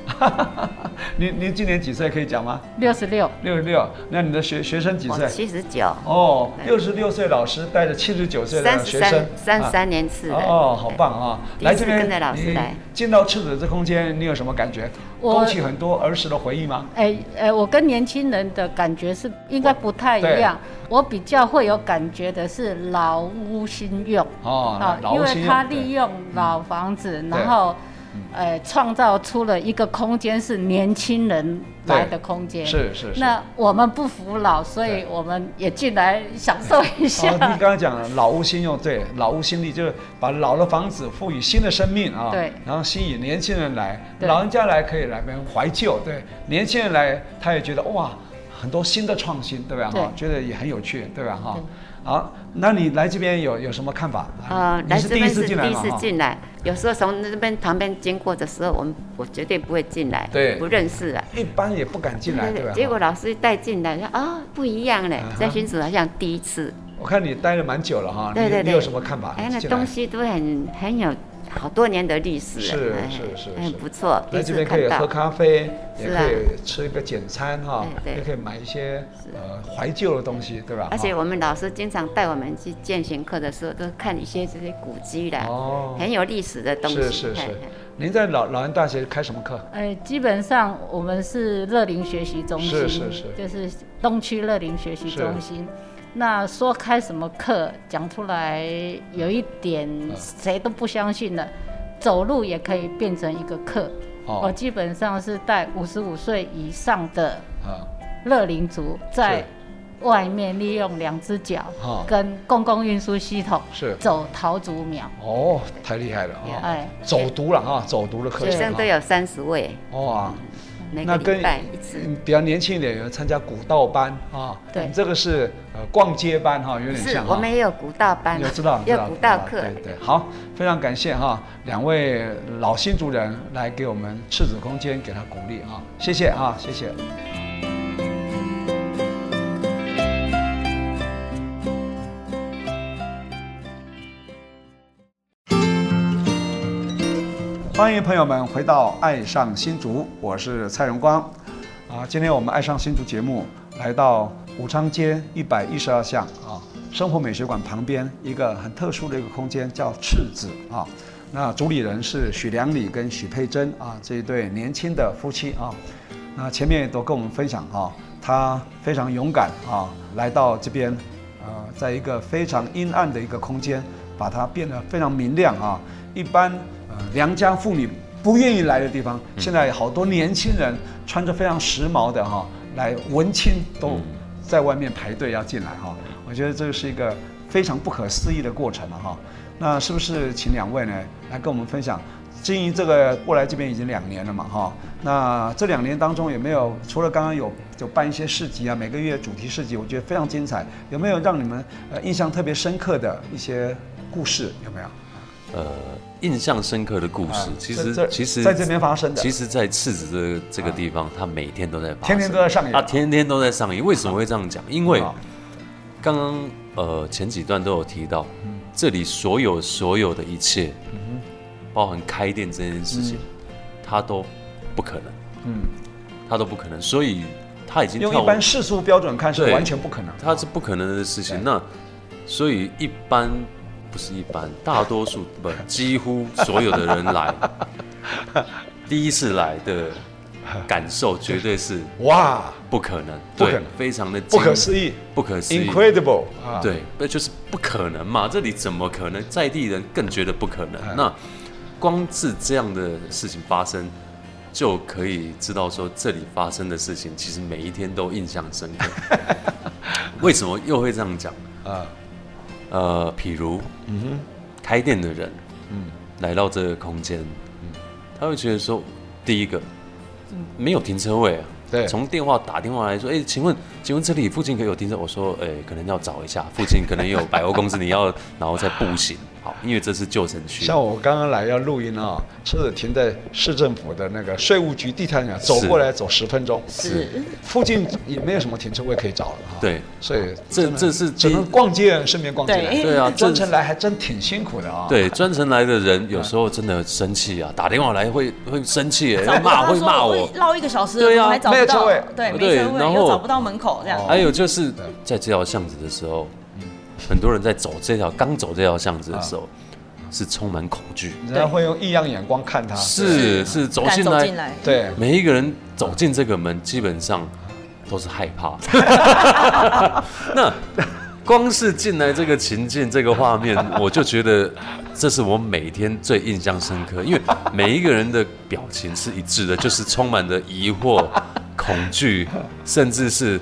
Speaker 1: 您您今年几岁可以讲吗？
Speaker 8: 六十六。
Speaker 1: 六十六。那你的学学生几岁
Speaker 9: 我？七十九，
Speaker 1: 哦，六
Speaker 9: 对
Speaker 1: 十六岁老师带着七十九岁
Speaker 9: 三
Speaker 1: 的学
Speaker 9: 十
Speaker 1: 生
Speaker 9: 三，三
Speaker 1: 啊
Speaker 9: 十三年次的，
Speaker 1: 哦，好棒啊！
Speaker 9: 第一
Speaker 1: 来
Speaker 9: 次
Speaker 1: 这边，
Speaker 9: 跟着老师
Speaker 1: 你
Speaker 9: 来
Speaker 1: 进到赤子这空间，你有什么感觉？
Speaker 8: 我
Speaker 1: 勾起很多儿时的回忆吗？
Speaker 8: 哎哎，我跟年轻人的感觉是应该不太一样，我比较会有感觉的是老屋新用
Speaker 1: 哦，老
Speaker 8: 啊因
Speaker 1: 屋
Speaker 8: 为
Speaker 1: 新
Speaker 8: 他
Speaker 1: 对嗯
Speaker 8: 利用老房子，
Speaker 1: 对嗯
Speaker 8: 然后。呃，创造出了一个空间是年轻人来的空间，
Speaker 1: 是是是。
Speaker 8: 那我们不服老，所
Speaker 1: 对
Speaker 8: 以我们也进来享受一
Speaker 1: 哦，
Speaker 8: 下
Speaker 1: 你。刚刚讲老屋新用，对，老屋新力就是把老的房子赋予新的生命啊，
Speaker 8: 对
Speaker 1: 然后吸引年轻人来，
Speaker 8: 对
Speaker 1: 老人家来可以来怀旧，对，年轻人来他也觉得哇，很多新的创新，对吧？
Speaker 8: 对
Speaker 1: 哈，觉得也很有趣，对吧？哈，好，那你来这边有有什么看法？
Speaker 9: 呃，
Speaker 1: 你
Speaker 9: 来
Speaker 1: 是
Speaker 9: 这
Speaker 1: 第一
Speaker 9: 边
Speaker 1: 次
Speaker 9: 是
Speaker 1: 进来
Speaker 9: 第一
Speaker 1: 嘛？
Speaker 9: 次
Speaker 1: 哈
Speaker 9: 进来，有时候从那边旁边经过的时候，我们我绝对不会进来，
Speaker 1: 对
Speaker 9: 不认识啊。
Speaker 1: 一般也不敢进来，对吧？
Speaker 9: 结果老师一带进来，说啊不一样嘞
Speaker 1: 嗯哼，
Speaker 9: 在新竹好像第一次，
Speaker 1: 我看你待了蛮久了哈，
Speaker 9: 对对
Speaker 1: 你你
Speaker 9: 对
Speaker 1: 有什么看法？
Speaker 9: 哎，那
Speaker 1: 进来
Speaker 9: 东西都很很有好多年的历史，
Speaker 1: 是
Speaker 9: 哎
Speaker 1: 是是
Speaker 9: 哎
Speaker 1: 是
Speaker 9: 不错，
Speaker 1: 来
Speaker 9: 第
Speaker 1: 这
Speaker 9: 一
Speaker 1: 边
Speaker 9: 次
Speaker 1: 可以
Speaker 9: 看
Speaker 1: 喝
Speaker 9: 到。
Speaker 1: 咖啡，也
Speaker 9: 是啊哎
Speaker 1: 可以吃一个简餐哈，
Speaker 9: 对对
Speaker 1: 也可以买一些呃怀旧的东西，对吧？
Speaker 9: 而且
Speaker 1: 哈
Speaker 9: 我们老师经常带我们去践行课的时候，都看一些这些古迹啦，
Speaker 1: 哦
Speaker 9: 很有历史的东西。
Speaker 1: 是是
Speaker 9: 哎
Speaker 1: 是。您在老老安大学开什么课？
Speaker 8: 哎，基本上我们是乐龄学习中心，
Speaker 1: 是是是
Speaker 8: 就是东区乐龄学习中心。那说开什么课，讲出来有一点
Speaker 3: 嗯
Speaker 8: 谁都不相信了。走路也可以变成一个课。
Speaker 1: 哦
Speaker 8: 我基本上是带五十五岁以上的
Speaker 1: 啊，
Speaker 8: 乐龄族在外面利用两只脚
Speaker 1: 哦
Speaker 8: 跟公共运输系统
Speaker 1: 是
Speaker 8: 走桃竹苗。
Speaker 1: 哦，太厉害了哈
Speaker 8: 哎，
Speaker 1: 走读了哈，走读的课
Speaker 9: 学
Speaker 1: 程
Speaker 9: 生
Speaker 1: 哈
Speaker 9: 都有三十位，
Speaker 1: 哇。
Speaker 9: 每个
Speaker 1: 那跟
Speaker 9: 礼拜一次。
Speaker 1: 嗯比较年轻一点，有参加古道班啊，
Speaker 9: 对
Speaker 1: 我们这个是呃逛街班哈，有点
Speaker 9: 是
Speaker 1: 像哈
Speaker 9: 我们也有古道班，啊
Speaker 1: 有知道，知
Speaker 9: 有
Speaker 1: 道
Speaker 9: 古
Speaker 1: 知
Speaker 9: 道
Speaker 1: 道
Speaker 9: 课，
Speaker 1: 对对，好，非常感谢哈，两位老新族人来给我们赤子空间给他鼓励啊，谢谢啊，谢谢。欢迎朋友们回到《爱上新竹》，我是蔡荣光。啊，今天我们《爱上新竹》节目来到武昌街一百一十二巷啊，生活美学馆旁边一个很特殊的一个空间，叫赤子啊。那主理人是许良礼跟许佩珍啊，这一对年轻的夫妻啊。那前面也都跟我们分享哈、他非常勇敢啊，来到这边，呃，在一个非常阴暗的一个空间，把它变得非常明亮啊。一般呃良家妇女不愿意来的地方，现在好多年轻人穿着非常时髦的哈、来文青都在外面排队要进来哈、我觉得这个是一个非常不可思议的过程了、啊哈。那是不是请两位呢来跟我们分享？经营这个过来这边已经两年了嘛，哈，那这两年当中有没有除了刚刚有有办一些市集啊，每个月主题市集，我觉得非常精彩，有没有让你们呃印象特别深刻的一些故事？有没有？
Speaker 3: 呃，印象深刻的故事，
Speaker 1: 啊
Speaker 3: 其
Speaker 1: 在
Speaker 3: 实
Speaker 1: 这
Speaker 3: 其实
Speaker 1: 在这边发生的嗯
Speaker 3: 其实，在赤子这个这个地方，它每天都在发
Speaker 1: 天
Speaker 3: 生，
Speaker 1: 天都在哦上演
Speaker 3: 它天天都在上演。为什么会这样讲？因
Speaker 1: 啊
Speaker 3: 为刚刚呃前几段都有提到，这里所有所有的一切，包含开店这件事情，它都不可能，
Speaker 1: 嗯，
Speaker 3: 它都不可能，所以它已经
Speaker 1: 用
Speaker 3: 跳
Speaker 1: 一般世俗标准看是
Speaker 3: 对
Speaker 1: 完全不可能。
Speaker 3: 它是不可能的事情。那所以一般不是一般，大多数不几乎所有的人 来，第一次来的感受绝对是
Speaker 1: 哇，
Speaker 3: 不可能，
Speaker 1: 不可
Speaker 3: 对
Speaker 1: 能，
Speaker 3: 非常的
Speaker 1: 不可思议，
Speaker 3: 不可思议
Speaker 1: Incredible，啊
Speaker 3: 对，那就是不可能嘛，这里怎么可能？在地人更觉得不可能。哎那光是这样的事情发生。就可以知道说这里发生的事情，其实每一天都印象深 刻。为什么又会这样讲？
Speaker 1: 啊，
Speaker 3: 呃，譬如
Speaker 1: 嗯哼，
Speaker 3: 开店的人，
Speaker 1: 嗯
Speaker 3: 嗯，来到这个空间，他会觉得说，第一个没有停车位啊。
Speaker 1: 对
Speaker 3: 从电话打电话来说，哎、请问，请问这里附近可以有停车？我说，哎、可能要找一下，附近可能有百货公司，你要然后再步行，好，因为这是旧城区。
Speaker 1: 像我刚刚来要录音啊、车子停在市政府的那个税务局地摊上，走
Speaker 3: 是
Speaker 1: 过来走十分钟，
Speaker 3: 是
Speaker 1: 附近也没有什么停车位可以找了哈。
Speaker 3: 对，
Speaker 1: 所以
Speaker 3: 这
Speaker 1: 真的
Speaker 3: 这是
Speaker 1: 只能逛街，顺便逛街。
Speaker 3: 对对啊这
Speaker 1: 专程来还真挺辛苦的啊。
Speaker 3: 对，专程来的人有时候真的生气啊，打电话来会会生气、
Speaker 2: 找
Speaker 3: 欸，
Speaker 2: 不到
Speaker 3: 骂
Speaker 2: 他
Speaker 3: 会
Speaker 2: 说
Speaker 3: 骂
Speaker 2: 我
Speaker 3: 我。
Speaker 2: 绕一个小时了
Speaker 3: 对啊
Speaker 2: 怎么
Speaker 3: 没有
Speaker 2: 还找不
Speaker 3: 车
Speaker 2: 到
Speaker 3: 位，哦
Speaker 2: 对，没
Speaker 3: 对
Speaker 2: 车位，
Speaker 3: 然
Speaker 2: 又
Speaker 3: 后哦
Speaker 2: 找不到门口这样。
Speaker 3: 还有就是在这条巷子的时候，很多人在走这条刚走这条巷子的时候，
Speaker 1: 嗯
Speaker 3: 是充满恐惧。
Speaker 1: 人家会用异样眼光看他。
Speaker 3: 是是走进来，
Speaker 1: 对，
Speaker 3: 每一个人走进这个门，基本上都是害怕。那光是进来这个情境、这个画面， 我就觉得这是我每天最印象深刻，因为每一个人的表情是一致的，就是充满着疑惑、恐惧，甚至是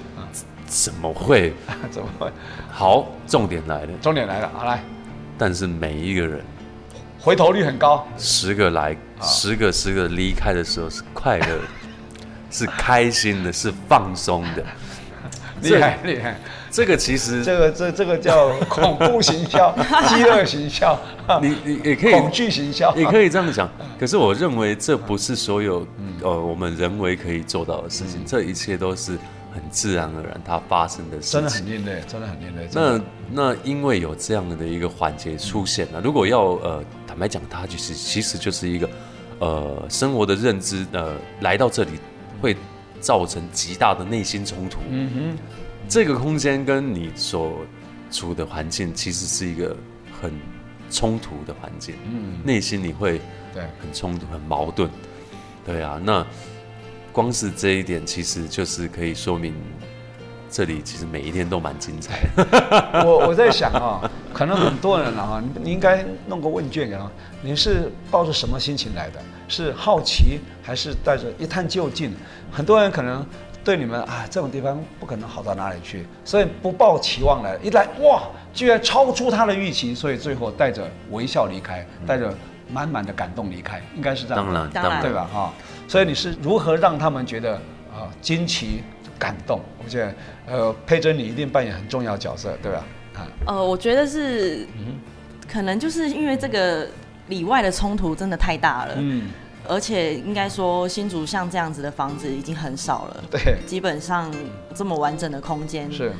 Speaker 3: 怎么会？
Speaker 1: 怎么会？
Speaker 3: 好，重点来了，
Speaker 1: 重点来了，好来，
Speaker 3: 但是每一个人
Speaker 1: 回头率很高。
Speaker 3: 十个来，十个十个离开的时候是快乐的，是开心的，是放松的。
Speaker 1: 厉害厉害，
Speaker 3: 这个其实
Speaker 1: 这个这这个叫恐怖行 销、饥饿行销，
Speaker 3: 你你也可以
Speaker 1: 恐惧行销，
Speaker 3: 也可以这样讲。可是我认为这不是所有呃我们人为可以做到的事
Speaker 1: 嗯
Speaker 3: 情，这一切都是很自然而然它发生的事
Speaker 1: 真的
Speaker 3: 情
Speaker 1: 很。另类，真的很另类。真的嗯
Speaker 3: 那那因为有这样的一个环节出现了，如果要呃坦白讲，它其实其实就是一个呃生活的认知，呃，来到这里会造成极大的内心冲突。
Speaker 1: 嗯哼，
Speaker 3: 这个空间跟你所处的环境其实是一个很冲突的环境，
Speaker 1: 嗯
Speaker 3: 内心你会
Speaker 1: 对
Speaker 3: 很冲突、很矛盾，对啊，那光是这一点其实就是可以说明这里其实每一天都蛮精彩的。
Speaker 1: 我我在想啊、可能很多人啊，你你应该弄个问卷给他们，你是抱着什么心情来的？是好奇，还是带着一探究竟？很多人可能对你们啊这种地方不可能好到哪里去，所以不抱期望来，一来哇，居然超出他的预期，所以最后带着微笑离开，带着满满的感动离开，应该是这样吧。
Speaker 3: 当然当然
Speaker 1: 对吧？哈、所以你是如何让他们觉得啊、惊奇、感动？我觉得呃，佩珍你一定扮演很重要的角色，对吧？啊，
Speaker 2: 呃，我觉得是，可能就是因为这个里外的冲突真的太大了，
Speaker 1: 嗯，
Speaker 2: 而且应该说新竹像这样子的房子已经很少了，
Speaker 1: 对，
Speaker 2: 基本上这么完整的空间
Speaker 1: 是，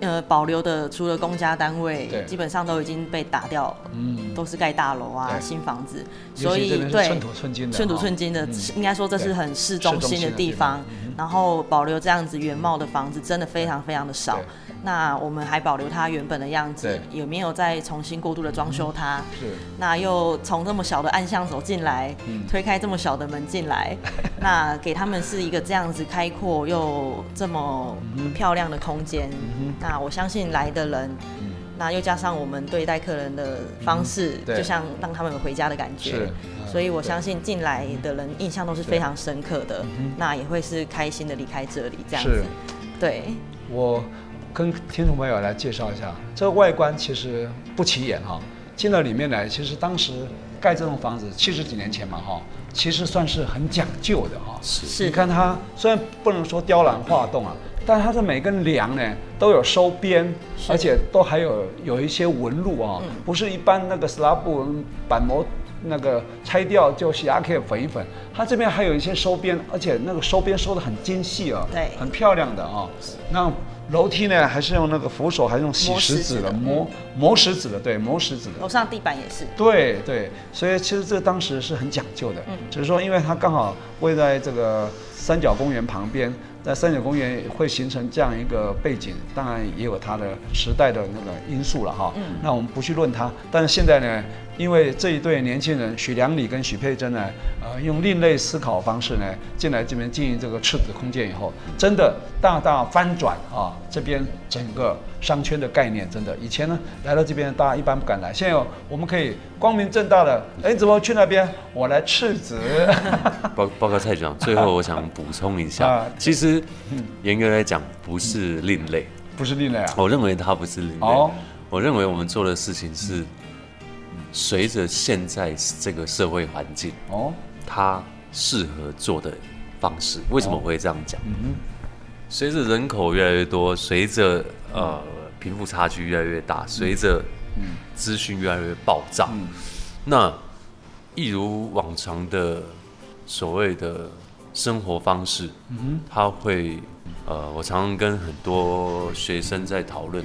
Speaker 2: 呃，保留的除了公家单位
Speaker 1: 对，
Speaker 2: 基本上都已经被打掉，
Speaker 1: 嗯
Speaker 2: 都是盖大楼啊、
Speaker 1: 对
Speaker 2: 新房子，
Speaker 1: 尤
Speaker 2: 所
Speaker 1: 其这边
Speaker 2: 以
Speaker 1: 是
Speaker 2: 对
Speaker 1: 寸土寸金的
Speaker 2: 寸土
Speaker 1: 哦
Speaker 2: 寸金的
Speaker 1: 嗯
Speaker 2: 是应该说这
Speaker 1: 对
Speaker 2: 是很市
Speaker 1: 市
Speaker 2: 中
Speaker 1: 中
Speaker 2: 心
Speaker 1: 心
Speaker 2: 的
Speaker 1: 的
Speaker 2: 地
Speaker 1: 地方嗯
Speaker 2: 方，然后保留这样子原貌的房子真的非常非常的少。那我们还保留它原本的样子
Speaker 1: 对，嗯
Speaker 2: 也没有再重新过度的装修它。
Speaker 1: 是，
Speaker 2: 那又从这么小的暗巷走进来，
Speaker 1: 嗯
Speaker 2: 推开这么小的门 进来，那给他们是一个这样子开阔又这么
Speaker 1: 嗯
Speaker 2: 漂亮的空间。那我相信来的人，
Speaker 1: 嗯
Speaker 2: 那又加上我们对待客人的方式，
Speaker 1: 对
Speaker 2: 就像让他们有回家的感觉
Speaker 1: 是。嗯
Speaker 2: 所以我
Speaker 1: 对嗯
Speaker 2: 相信进来的人印象都是非常深刻的，那也会是开心的离开这里这样
Speaker 1: 是
Speaker 2: 子。对，
Speaker 1: 我跟听众朋友来介绍一下，这个外观其实不起眼哈、进到里面来，其实当时盖这栋房子七十几年前嘛哈、其实算是很讲究的哈、
Speaker 2: 是
Speaker 1: 你看它虽然不能说雕栏画栋啊，但它的每根梁呢都有收边，而且都还有有一些纹路啊、不是一般那个斯拉布板模。那个拆掉就洗牙可以粉一粉，它这边还有一些收边，而且那个收边收的很精细啊，
Speaker 2: 对
Speaker 1: 很漂亮的啊、那楼梯呢，还是用那个扶手，还是用洗石子的嗯磨磨石子的，对，磨石子的。
Speaker 2: 楼上地板也是。
Speaker 1: 对对，所以其实这当时是很讲究的，
Speaker 2: 嗯
Speaker 1: 只是说因为它刚好位在这个三角公园旁边，在三角公园会形成这样一个背景，当然也有它的时代的那个因素了哈。
Speaker 10: 嗯
Speaker 1: 那我们不去论它，但是现在呢，因为这一对年轻人许良礼跟许佩珍呢，呃，用另类思考方式呢，进来这边经营这个赤子空间以后，真的大大翻转啊！这边整个商圈的概念，真的以前呢来到这边大家一般不敢来，现在有我们可以光明正大的，哎，怎么去那边？我来赤子，
Speaker 3: 报报告蔡局长，最后我想补充一下
Speaker 1: 啊，
Speaker 3: 其实严格来讲不是另类，
Speaker 1: 不是另类啊。
Speaker 3: 我认为它不是另类。
Speaker 1: 哦
Speaker 3: 我认为我们做的事情是嗯随着现在这个社会环境，
Speaker 1: 哦，
Speaker 3: 它适合做的方式。为什么我会这样讲？
Speaker 1: 嗯
Speaker 3: 随着人口越来越多，随着呃贫富差距越来越大，随着
Speaker 10: 嗯
Speaker 3: 资讯越来越爆炸，那一如往常的所谓的生活方式，
Speaker 10: 嗯
Speaker 3: 他会呃，我常常跟很多学生在讨论，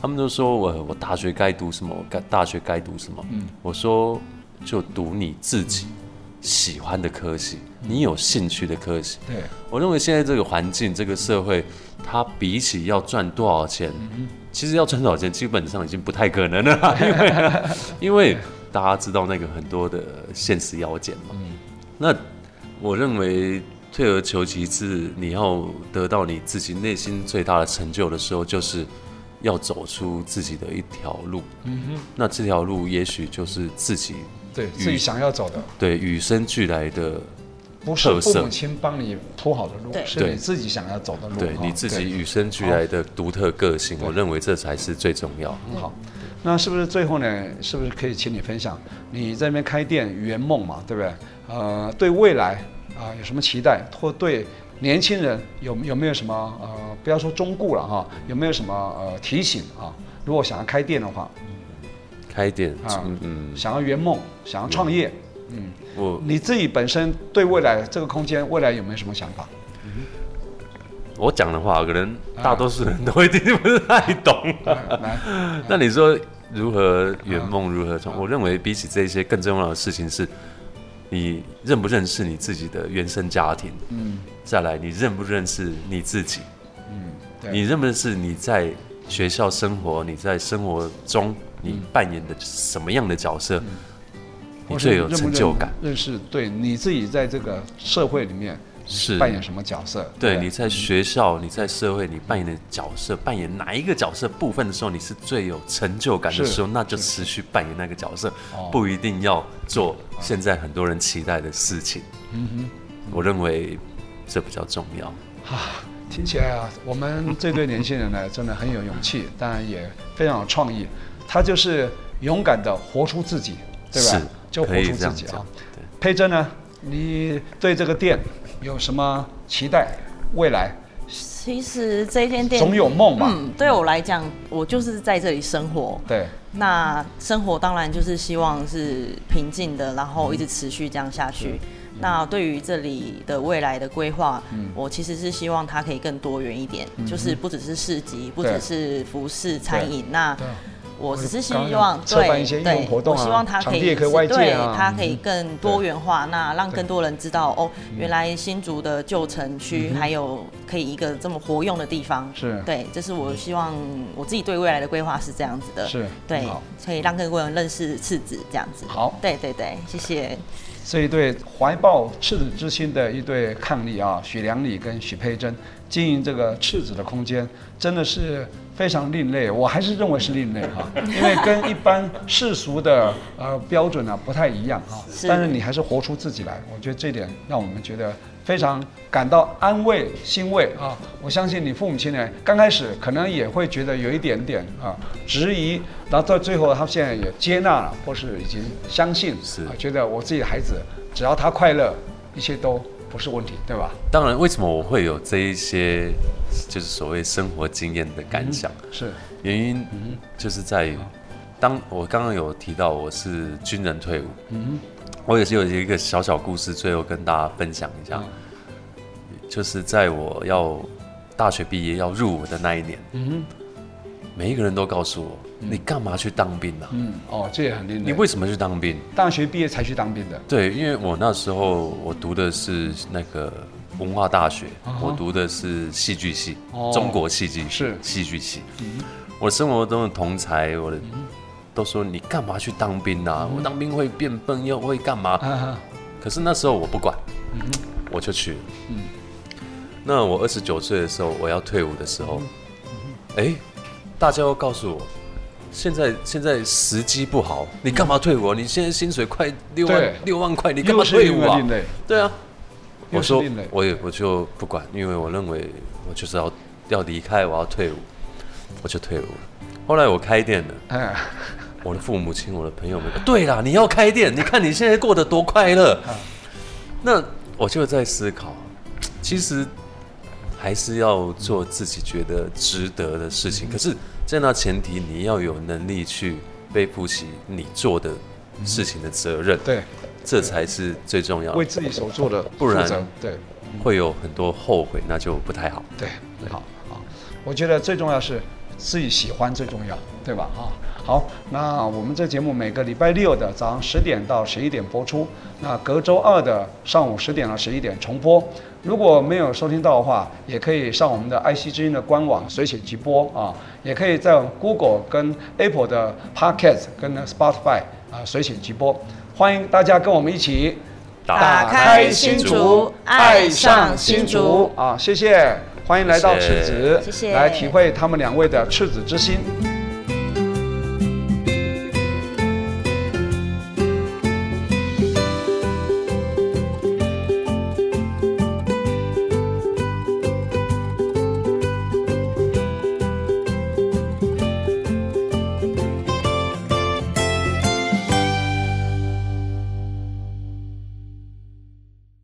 Speaker 3: 他们都说我我大学该读什么，我该大学该读什么，
Speaker 10: 嗯
Speaker 3: 我说就读你自己喜欢的科系，你有兴趣的科系，
Speaker 1: 嗯对，
Speaker 3: 我认为现在这个环境、这个社会，它比起要赚多少钱，
Speaker 1: 嗯
Speaker 3: 其实要赚多少钱，基本上已经不太可能 了，因为因为大家知道那个很多的现实要件嘛。
Speaker 1: 嗯
Speaker 3: 那我认为退而求其次，你要得到你自己内心最大的成就的时候，就是要走出自己的一条路。
Speaker 1: 嗯哼
Speaker 3: 那这条路也许就是自己
Speaker 1: 对
Speaker 3: 与
Speaker 1: 自己想要走的，
Speaker 3: 对与生俱来的
Speaker 1: 不是
Speaker 3: 特
Speaker 1: 父
Speaker 3: 色。
Speaker 1: 母亲帮你铺好的路，
Speaker 2: 对
Speaker 1: 是你自己想要走的路。
Speaker 3: 对
Speaker 1: 哈
Speaker 3: 你自己
Speaker 1: 对
Speaker 3: 与生俱来的独特个性，我认为这才是最重要。
Speaker 1: 很嗯好。那是不是最后呢？是不是可以请你分享你在那边开店圆梦嘛，对不对？呃，对未来啊、有什么期待，或对年轻人有有没有什么呃，不要说忠固了哈，有没有什么呃提醒啊？如果想要开店的话，
Speaker 3: 嗯开店，
Speaker 1: 啊
Speaker 3: 嗯嗯，
Speaker 1: 想要圆梦，想要创业，嗯
Speaker 3: 我
Speaker 1: 你自己本身对未来这个空间未来有没有什么想法？
Speaker 3: 我
Speaker 1: 啊
Speaker 3: 讲的话，可能大多数人都一定不是太懂。那你说如何圆梦，如何成。我认为比起这些更重要的事情是，你认不认识你自己的原生家庭，
Speaker 1: 嗯，
Speaker 3: 再来你认不认识你自己，
Speaker 1: 嗯，对
Speaker 3: 你认不认识你在学校生活，你在生活中
Speaker 1: 嗯
Speaker 3: 你扮演的什么样的角色，你
Speaker 1: 或
Speaker 3: 最
Speaker 1: 是
Speaker 3: 有
Speaker 1: 认不
Speaker 3: 成就感。
Speaker 1: 认认识对你自己在这个社会里面
Speaker 3: 是
Speaker 1: 扮演什么角色？
Speaker 3: 对，
Speaker 1: 不
Speaker 3: 你在学校、你在社会，你扮演的角色，扮演哪一个角色部分的时候，你是最有成就感的
Speaker 1: 是
Speaker 3: 时候，那就持续扮演那个角色
Speaker 1: 哦，
Speaker 3: 不一定要做现在很多人期待的事情。
Speaker 1: 嗯哼。
Speaker 3: 我认为这比较重要。
Speaker 1: 听起来啊，我们这对年轻人呢，真的很有勇气，当然也非常有创意。他就是勇敢的活出自己，对吧
Speaker 3: 是？
Speaker 1: 就活
Speaker 3: 可以
Speaker 1: 出
Speaker 3: 这
Speaker 1: 自
Speaker 3: 样
Speaker 1: 己啊
Speaker 3: 讲。
Speaker 1: 佩珍呢，你对这个店有什么期待？未来
Speaker 2: 其实这间店
Speaker 1: 总有梦嘛
Speaker 2: 嗯，对我来讲，我就是在这里生活。
Speaker 1: 对，
Speaker 2: 那生活当然就是希望是平静的，然后一直持续这样下去。那对于这里的未来的规划，
Speaker 10: 嗯
Speaker 2: 我其实是希望它可以更多元一点，
Speaker 10: 嗯哼
Speaker 2: 就是不只是市集，不
Speaker 10: 对
Speaker 2: 只是服饰、餐饮。那我只是希
Speaker 1: 刚刚
Speaker 2: 望
Speaker 1: 有，策
Speaker 2: 对
Speaker 1: 办一些应用
Speaker 2: 对，
Speaker 1: 活动啊
Speaker 2: 我希望它
Speaker 1: 场
Speaker 2: 可
Speaker 1: 地
Speaker 2: 以
Speaker 1: 也可以外借啊
Speaker 2: 对
Speaker 1: 嗯，
Speaker 2: 它可以更多元化，那让
Speaker 1: 对
Speaker 2: 更多人知道哦，
Speaker 1: 嗯
Speaker 2: 原来新竹的旧城区
Speaker 1: 嗯哼
Speaker 2: 还有可以一个这么活用的地方。
Speaker 1: 是
Speaker 2: 对，这是我希望我自己对未来的规划是这样子的。
Speaker 1: 是
Speaker 2: 对
Speaker 1: 很好，
Speaker 2: 可以让更多人认识赤子这样子。
Speaker 1: 好，
Speaker 2: 对对对，谢谢。
Speaker 1: 这一对怀抱赤子之心的一对伉俪啊，许良礼跟许佩珍经营这个赤子的空间，真的是非常另类。我还是认为是另类哈、因为跟一般世俗的呃标准啊不太一样哈、
Speaker 11: 是
Speaker 1: 但是你还是活出自己来，我觉得这点让我们觉得非常感到安慰、欣慰啊！我相信你父母亲呢，刚开始可能也会觉得有一点点啊质疑，然后到最后他现在也接纳了，或是已经相信，是、啊、觉得我自己的孩子只要他快乐，一切都不是问题，对吧？
Speaker 3: 当然，为什么我会有这一些就是所谓生活经验的感想？
Speaker 1: 是嗯
Speaker 3: 原因就是在于，当我刚刚有提到我是军人退伍，
Speaker 1: 嗯
Speaker 3: 我也是有一个小小故事，最后跟大家分享
Speaker 1: 嗯
Speaker 3: 一下，就是在我要大学毕业要入伍的那一年，
Speaker 1: 嗯
Speaker 3: 每一个人都告诉我，你干嘛去当兵啊？
Speaker 1: 嗯，哦，这也很另类。
Speaker 3: 你为什么去当兵？
Speaker 1: 大学毕业才去当兵 的？
Speaker 3: 对，因为我那时候我读的是那个文化大学，
Speaker 1: 啊哈
Speaker 3: 我读的是戏剧系，
Speaker 1: 哦
Speaker 3: 中国戏剧
Speaker 1: 是
Speaker 3: 戏剧系。
Speaker 1: 嗯
Speaker 3: 我生活中的同才，我的、都说你干嘛去当兵啊？
Speaker 1: 嗯
Speaker 3: 我当兵会变笨，又会干嘛？
Speaker 1: 啊
Speaker 3: 可是那时候我不管，
Speaker 1: 嗯哼
Speaker 3: 我就去了。
Speaker 1: 嗯
Speaker 3: 那我二十九岁的时候，我要退伍的时候，
Speaker 1: 嗯
Speaker 3: 哎、大家都告诉我，现在现在时机不好，你干嘛退伍啊？你现在薪水快六万
Speaker 1: 对
Speaker 3: 六万块，你干嘛退伍
Speaker 1: 又是
Speaker 3: 啊
Speaker 1: 另？类
Speaker 3: 对啊，
Speaker 1: 又
Speaker 3: 我
Speaker 1: 是
Speaker 3: 说
Speaker 1: 另类
Speaker 3: 我也我就不管，因为我认为我就是要要离开，我要退伍，我就退伍了。后来我开店了，
Speaker 1: 哎，
Speaker 3: 我的父母亲、我的朋友们，对啦，你要开店，你看你现在过得多快乐。
Speaker 1: 啊
Speaker 3: 那我就在思考，其实还是要做自己觉得值得的
Speaker 1: 嗯
Speaker 3: 事情。可是，在那前提，你要有能力去背负起你做的事情的责任。
Speaker 1: 嗯对，
Speaker 3: 这才是最重要的。
Speaker 1: 为自己所做的
Speaker 3: 不然
Speaker 1: 负责对
Speaker 3: 会有很多后悔，那就不太好。
Speaker 1: 对，好好，我觉得最重要是自己喜欢最重要，对吧？啊，好，那我们这节目每个礼拜六的早上十点到十一点播出，那隔周二的上午十点到十一点重播。如果没有收听到的话，也可以上我们的爱惜之音的官网随选直播啊，也可以在 Google 跟 Apple 的 Podcast 跟 Spotify 啊随选直播。欢迎大家跟我们一起
Speaker 3: 打开新竹
Speaker 1: 爱
Speaker 3: 爱
Speaker 1: 上
Speaker 3: 上
Speaker 1: 新
Speaker 3: 新
Speaker 1: 竹
Speaker 3: 竹
Speaker 1: 啊！谢谢，欢迎来到赤子，
Speaker 2: 谢谢
Speaker 1: 来体会他们两位的赤子之心。